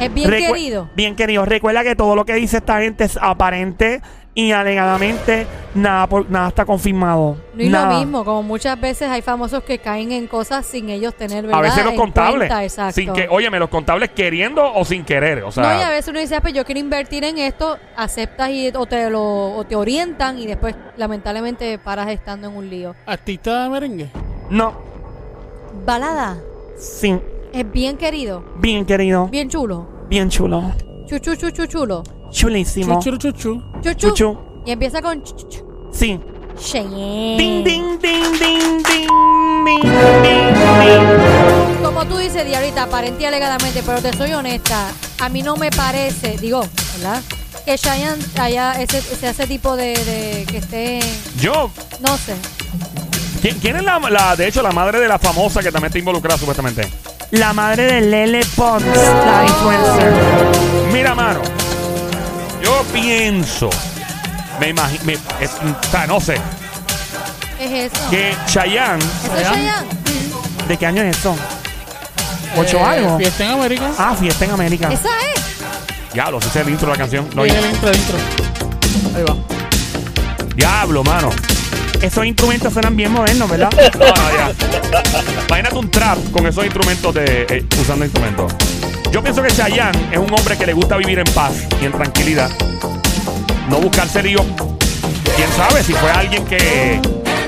[SPEAKER 5] Es bien
[SPEAKER 1] Recue-
[SPEAKER 5] querido.
[SPEAKER 1] Bien querido. Recuerda que todo lo que dice esta gente es aparente y alegadamente nada, por- nada está confirmado.
[SPEAKER 5] No es
[SPEAKER 1] Nada.
[SPEAKER 5] lo mismo, como muchas veces hay famosos que caen en cosas sin ellos tener, ¿verdad?
[SPEAKER 3] A veces los
[SPEAKER 5] en
[SPEAKER 3] contables.
[SPEAKER 5] cuenta, exacto.
[SPEAKER 3] sin que, óyeme, los contables queriendo o sin querer. O sea,
[SPEAKER 5] no, y a veces uno dice, "Ah, pues yo quiero invertir en esto, aceptas y, o, te lo, o te orientan y después lamentablemente paras estando en un lío.
[SPEAKER 4] Artista de merengue.
[SPEAKER 1] No,
[SPEAKER 5] Balada,
[SPEAKER 1] sí.
[SPEAKER 5] es bien querido,
[SPEAKER 1] Bien querido. Bien,
[SPEAKER 5] bien chulo,
[SPEAKER 1] chulo.
[SPEAKER 5] chuchu, chuchu, chulo,
[SPEAKER 1] Chulísimo.
[SPEAKER 4] Chuchu, chuchu.
[SPEAKER 5] chuchu,
[SPEAKER 1] Chuchu.
[SPEAKER 5] y empieza con chu, Eh. chu, chu.
[SPEAKER 1] Sí.
[SPEAKER 5] Cheyenne.
[SPEAKER 1] Ding, ding, ding, ding, ding, ding, ding, ding.
[SPEAKER 5] Como tú dices, Diablita, aparente y alegadamente, pero te soy honesta, a mí no me parece, digo, ¿verdad? Que Cheyenne haya ese, ese, ese tipo de, de- que esté,
[SPEAKER 3] yo.
[SPEAKER 5] no sé,
[SPEAKER 3] ¿Quién, quién es la, la- de hecho, la madre de la famosa que también está involucrada supuestamente?
[SPEAKER 1] La madre de Lele Pons, la influencer.
[SPEAKER 3] Mira, mano. Yo pienso. Me imagino. no sé.
[SPEAKER 5] es eso.
[SPEAKER 3] Que Chayanne.
[SPEAKER 5] ¿Eso es Cheyenne?
[SPEAKER 1] ¿De qué año es eso? ¿Ocho
[SPEAKER 4] Eh,
[SPEAKER 1] algo?
[SPEAKER 4] Fiesta en América.
[SPEAKER 1] Ah, fiesta en América.
[SPEAKER 5] Esa es.
[SPEAKER 3] Diablo, si es el intro de la canción. No,
[SPEAKER 4] Viene el intro, el intro. Ahí va.
[SPEAKER 3] diablo, mano.
[SPEAKER 1] Esos instrumentos suenan bien modernos, ¿verdad?
[SPEAKER 3] No, no, ya. Imagínate un trap con esos instrumentos de. eh, usando instrumentos. Yo pienso que Chayanne es un hombre que le gusta vivir en paz y en tranquilidad. No buscar lío. Quién sabe si fue alguien que,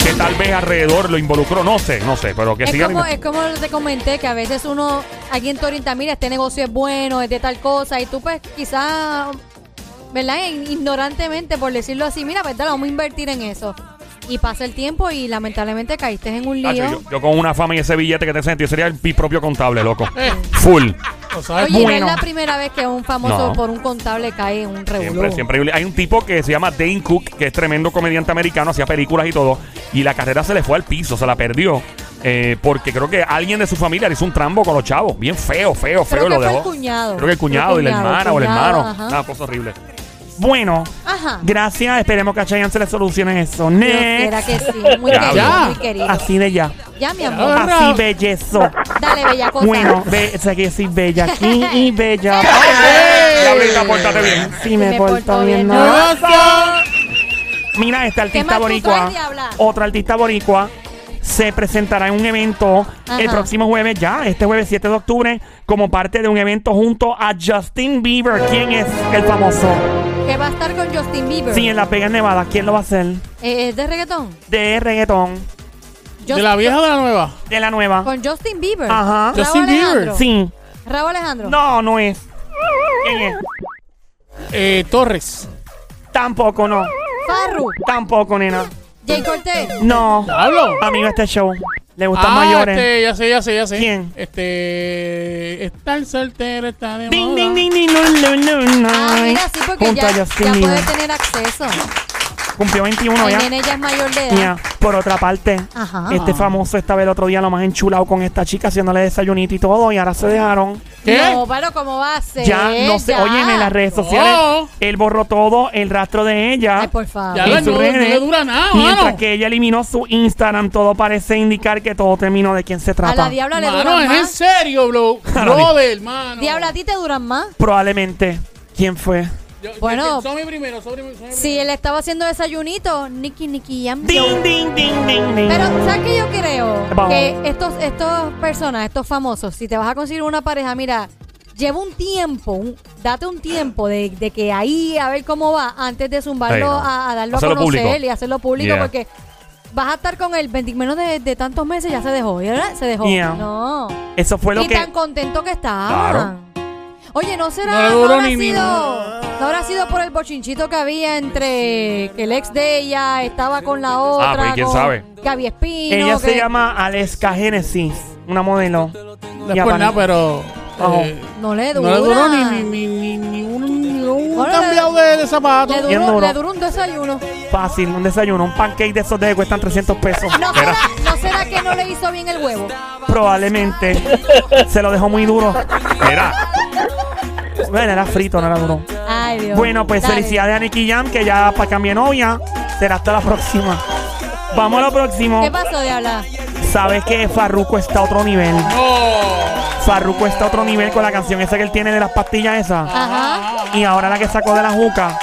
[SPEAKER 3] que tal vez alrededor lo involucró. No sé, no sé, pero que
[SPEAKER 5] Es
[SPEAKER 3] sigan.
[SPEAKER 5] como, es como te comenté, que a veces uno, alguien te orienta, mira, este negocio es bueno, es de tal cosa, y tú pues quizás, ¿verdad? In- Ignorantemente, por decirlo así, mira, ¿verdad? Vamos a invertir en eso. Y pasa el tiempo y lamentablemente caíste en un lío.
[SPEAKER 3] Tacho, yo, yo con una fama y ese billete que te sentí, yo sería mi propio contable, loco.
[SPEAKER 4] Eh,
[SPEAKER 3] Full.
[SPEAKER 4] lo sabes.
[SPEAKER 5] Oye,
[SPEAKER 1] bueno.
[SPEAKER 5] no es la primera vez que un famoso
[SPEAKER 3] No.
[SPEAKER 5] por un contable cae en un
[SPEAKER 3] Siempre,
[SPEAKER 5] revuelo.
[SPEAKER 3] siempre. hay- Hay un tipo que se llama Dane Cook, que es tremendo comediante americano, hacía películas y todo, y la carrera se le fue al piso, se la perdió. eh, porque creo que alguien de su familia le hizo un trambo con los chavos. Bien feo, feo, feo.
[SPEAKER 5] Creo que
[SPEAKER 3] lo
[SPEAKER 5] fue
[SPEAKER 3] dejó.
[SPEAKER 5] el cuñado.
[SPEAKER 3] Creo que el cuñado,
[SPEAKER 5] Fue
[SPEAKER 3] y
[SPEAKER 5] el
[SPEAKER 3] la
[SPEAKER 5] cuñado,
[SPEAKER 3] hermana
[SPEAKER 5] el
[SPEAKER 3] o el
[SPEAKER 5] cuñado,
[SPEAKER 3] hermano.
[SPEAKER 5] ajá.
[SPEAKER 3] Una cosa horrible.
[SPEAKER 1] Bueno,
[SPEAKER 5] Ajá.
[SPEAKER 1] gracias. Esperemos que a Chayanne se le solucione eso.
[SPEAKER 5] Dios
[SPEAKER 1] Next.
[SPEAKER 5] quiera que sí. Muy
[SPEAKER 3] Ya.
[SPEAKER 5] querido, muy querido.
[SPEAKER 1] Así de ya.
[SPEAKER 5] Ya, mi amor.
[SPEAKER 1] Así bellezo.
[SPEAKER 5] Dale, bella cosa.
[SPEAKER 1] Bueno, ve, sé que soy bella aquí y bella.
[SPEAKER 3] Diablita, pórtate bien.
[SPEAKER 1] Si me, porto bien,
[SPEAKER 5] no.
[SPEAKER 1] no.
[SPEAKER 4] ¡Pasa!
[SPEAKER 1] Mira, esta artista
[SPEAKER 5] más tú
[SPEAKER 1] boricua,
[SPEAKER 5] traes, diabla?
[SPEAKER 1] otra artista boricua, se presentará en un evento el
[SPEAKER 5] Ajá.
[SPEAKER 1] próximo jueves, ya, este jueves 7 de octubre, como parte de un evento junto a Justin Bieber. ¿Quién es el famoso?
[SPEAKER 5] Que va a estar con Justin Bieber.
[SPEAKER 1] Sí, en Las Vegas, Nevada. ¿Quién lo va a hacer?
[SPEAKER 5] Eh, ¿Es de reggaetón?
[SPEAKER 1] De reggaetón,
[SPEAKER 5] Just-
[SPEAKER 4] ¿De la vieja o de la nueva?
[SPEAKER 1] de la nueva.
[SPEAKER 5] Con Justin Bieber.
[SPEAKER 1] Ajá.
[SPEAKER 5] Raúl
[SPEAKER 4] Justin Bieber.
[SPEAKER 5] Alejandro.
[SPEAKER 1] Sí.
[SPEAKER 5] Raúl Alejandro.
[SPEAKER 1] No, no es. ¿Quién es?
[SPEAKER 4] Eh, Torres.
[SPEAKER 1] Tampoco, no.
[SPEAKER 5] Farru.
[SPEAKER 1] Tampoco, nena.
[SPEAKER 5] Jay Cortez.
[SPEAKER 1] No.
[SPEAKER 4] Hablo.
[SPEAKER 1] Amigo, este show. Le gustan
[SPEAKER 4] Ah,
[SPEAKER 1] mayores.
[SPEAKER 4] este, ya sé, ya sé, ya sé.
[SPEAKER 1] ¿Quién?
[SPEAKER 4] Este. Estar soltero está de
[SPEAKER 1] Ding,
[SPEAKER 4] moda.
[SPEAKER 1] ding, ding, ding, lul, lul, lul,
[SPEAKER 5] Ah,
[SPEAKER 1] night.
[SPEAKER 5] mira, sí, porque
[SPEAKER 1] Junto
[SPEAKER 5] ya,
[SPEAKER 1] a Justin
[SPEAKER 5] ya puede
[SPEAKER 1] Bieber.
[SPEAKER 5] tener acceso.
[SPEAKER 1] Cumplió 21
[SPEAKER 5] el
[SPEAKER 1] ya.
[SPEAKER 5] nene ya es mayor de edad.
[SPEAKER 1] Ya. Por otra parte,
[SPEAKER 5] Ajá.
[SPEAKER 1] este
[SPEAKER 4] Ah.
[SPEAKER 1] famoso estaba el otro día lo más enchulado con esta chica haciéndole desayunito y todo, y ahora se dejaron.
[SPEAKER 4] ¿Qué?
[SPEAKER 5] No, pero ¿cómo va a ser?
[SPEAKER 1] ya, no sé,
[SPEAKER 5] Ya.
[SPEAKER 1] oye, en las redes sociales,
[SPEAKER 4] No.
[SPEAKER 1] él borró todo el rastro de ella.
[SPEAKER 5] Ay, por favor.
[SPEAKER 4] Ya
[SPEAKER 1] en
[SPEAKER 4] la
[SPEAKER 1] sus
[SPEAKER 4] no, no
[SPEAKER 1] redes,
[SPEAKER 4] le dura nada,
[SPEAKER 1] mientras
[SPEAKER 4] mano.
[SPEAKER 1] que ella eliminó su Instagram, todo parece indicar que todo terminó de quién se
[SPEAKER 5] A la
[SPEAKER 1] trata.
[SPEAKER 5] diabla le
[SPEAKER 4] Mano,
[SPEAKER 5] duran
[SPEAKER 4] es en
[SPEAKER 5] más.
[SPEAKER 4] serio, bro.
[SPEAKER 1] Claro.
[SPEAKER 4] Brother, mano.
[SPEAKER 5] Diabla, ¿a ti te duran más?
[SPEAKER 1] Probablemente. ¿Quién fue?
[SPEAKER 4] Yo- yo-
[SPEAKER 5] Bueno.
[SPEAKER 4] Son mi primero, son mi primero.
[SPEAKER 5] Si él estaba haciendo desayunito, Nicky Nicky Jam.
[SPEAKER 1] Ding, ding, ding, ding, ding.
[SPEAKER 5] Pero, ¿sabes qué yo creo?
[SPEAKER 1] Vamos.
[SPEAKER 5] Que estos, estos personas, estos famosos, si te vas a conseguir una pareja, mira, lleva un tiempo, un- date un tiempo de, de que ahí a ver cómo va antes de zumbarlo
[SPEAKER 3] Sí, no.
[SPEAKER 5] a, a darlo
[SPEAKER 3] Hacerlo
[SPEAKER 5] a conocer
[SPEAKER 3] público.
[SPEAKER 5] y hacerlo público
[SPEAKER 3] Yeah.
[SPEAKER 5] porque vas a estar con él 20 menos de, de tantos meses, ya se dejó, ¿verdad? Se dejó.
[SPEAKER 1] Yeah.
[SPEAKER 5] No.
[SPEAKER 1] Eso fue lo
[SPEAKER 5] y
[SPEAKER 1] que.
[SPEAKER 5] tan contento que
[SPEAKER 3] Claro.
[SPEAKER 5] estaban. Oye, ¿no será?
[SPEAKER 4] No le
[SPEAKER 5] No,
[SPEAKER 4] duró
[SPEAKER 5] habrá
[SPEAKER 4] ni
[SPEAKER 5] sido,
[SPEAKER 4] minuto.
[SPEAKER 5] no habrá sido por el bochinchito que había entre que el ex de ella estaba con la otra.
[SPEAKER 3] Ah, pues, ¿quién
[SPEAKER 5] con
[SPEAKER 3] sabe?
[SPEAKER 5] Gaby Espino.
[SPEAKER 1] Ella se
[SPEAKER 5] que-
[SPEAKER 1] llama Aleska Genesis, una modelo.
[SPEAKER 4] No es por nada, pero.
[SPEAKER 1] Bajo.
[SPEAKER 4] eh,
[SPEAKER 5] No le dura.
[SPEAKER 4] no le duró ni, ni, ni, ni, ni un, ni un
[SPEAKER 5] Bueno,
[SPEAKER 4] cambiado de, de zapato.
[SPEAKER 5] Le
[SPEAKER 1] Bien
[SPEAKER 5] duró,
[SPEAKER 1] duro.
[SPEAKER 5] le duró un desayuno.
[SPEAKER 1] Fácil, un desayuno, un pancake de esos de cuestan 300 pesos.
[SPEAKER 5] ¿No será, ¿No será que no le hizo bien el huevo?
[SPEAKER 1] Probablemente se lo dejó muy duro.
[SPEAKER 3] Mira,
[SPEAKER 1] Bueno, era frito, no era duro.
[SPEAKER 5] Ay, Dios.
[SPEAKER 1] Bueno, pues
[SPEAKER 5] Dale.
[SPEAKER 1] felicidades a Nicky Jam, que ya para cambiar novia. Será hasta la próxima. Vamos a lo próximo.
[SPEAKER 5] ¿Qué pasó de hablar?
[SPEAKER 1] Sabes que Farruko está a otro nivel. Farruko está a otro nivel con la canción esa que él tiene de las pastillas esas.
[SPEAKER 5] Ah, Ajá.
[SPEAKER 1] Y ahora la que sacó de la juca.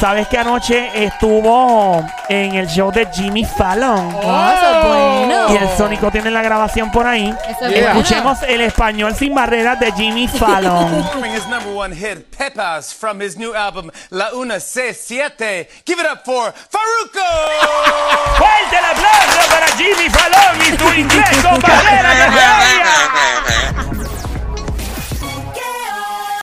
[SPEAKER 1] Sabes que anoche estuvo en el show de Jimmy Fallon.
[SPEAKER 5] Oh, eso es bueno.
[SPEAKER 1] Y el Sónico tiene la grabación por ahí.
[SPEAKER 5] Eso
[SPEAKER 4] Yeah.
[SPEAKER 5] es bueno.
[SPEAKER 1] Escuchemos el español sin barreras de Jimmy Fallon.
[SPEAKER 9] Performing his number one hit, Pepas, from his new album, La Una C Siete. Give it up for Faruco!
[SPEAKER 3] fuerte el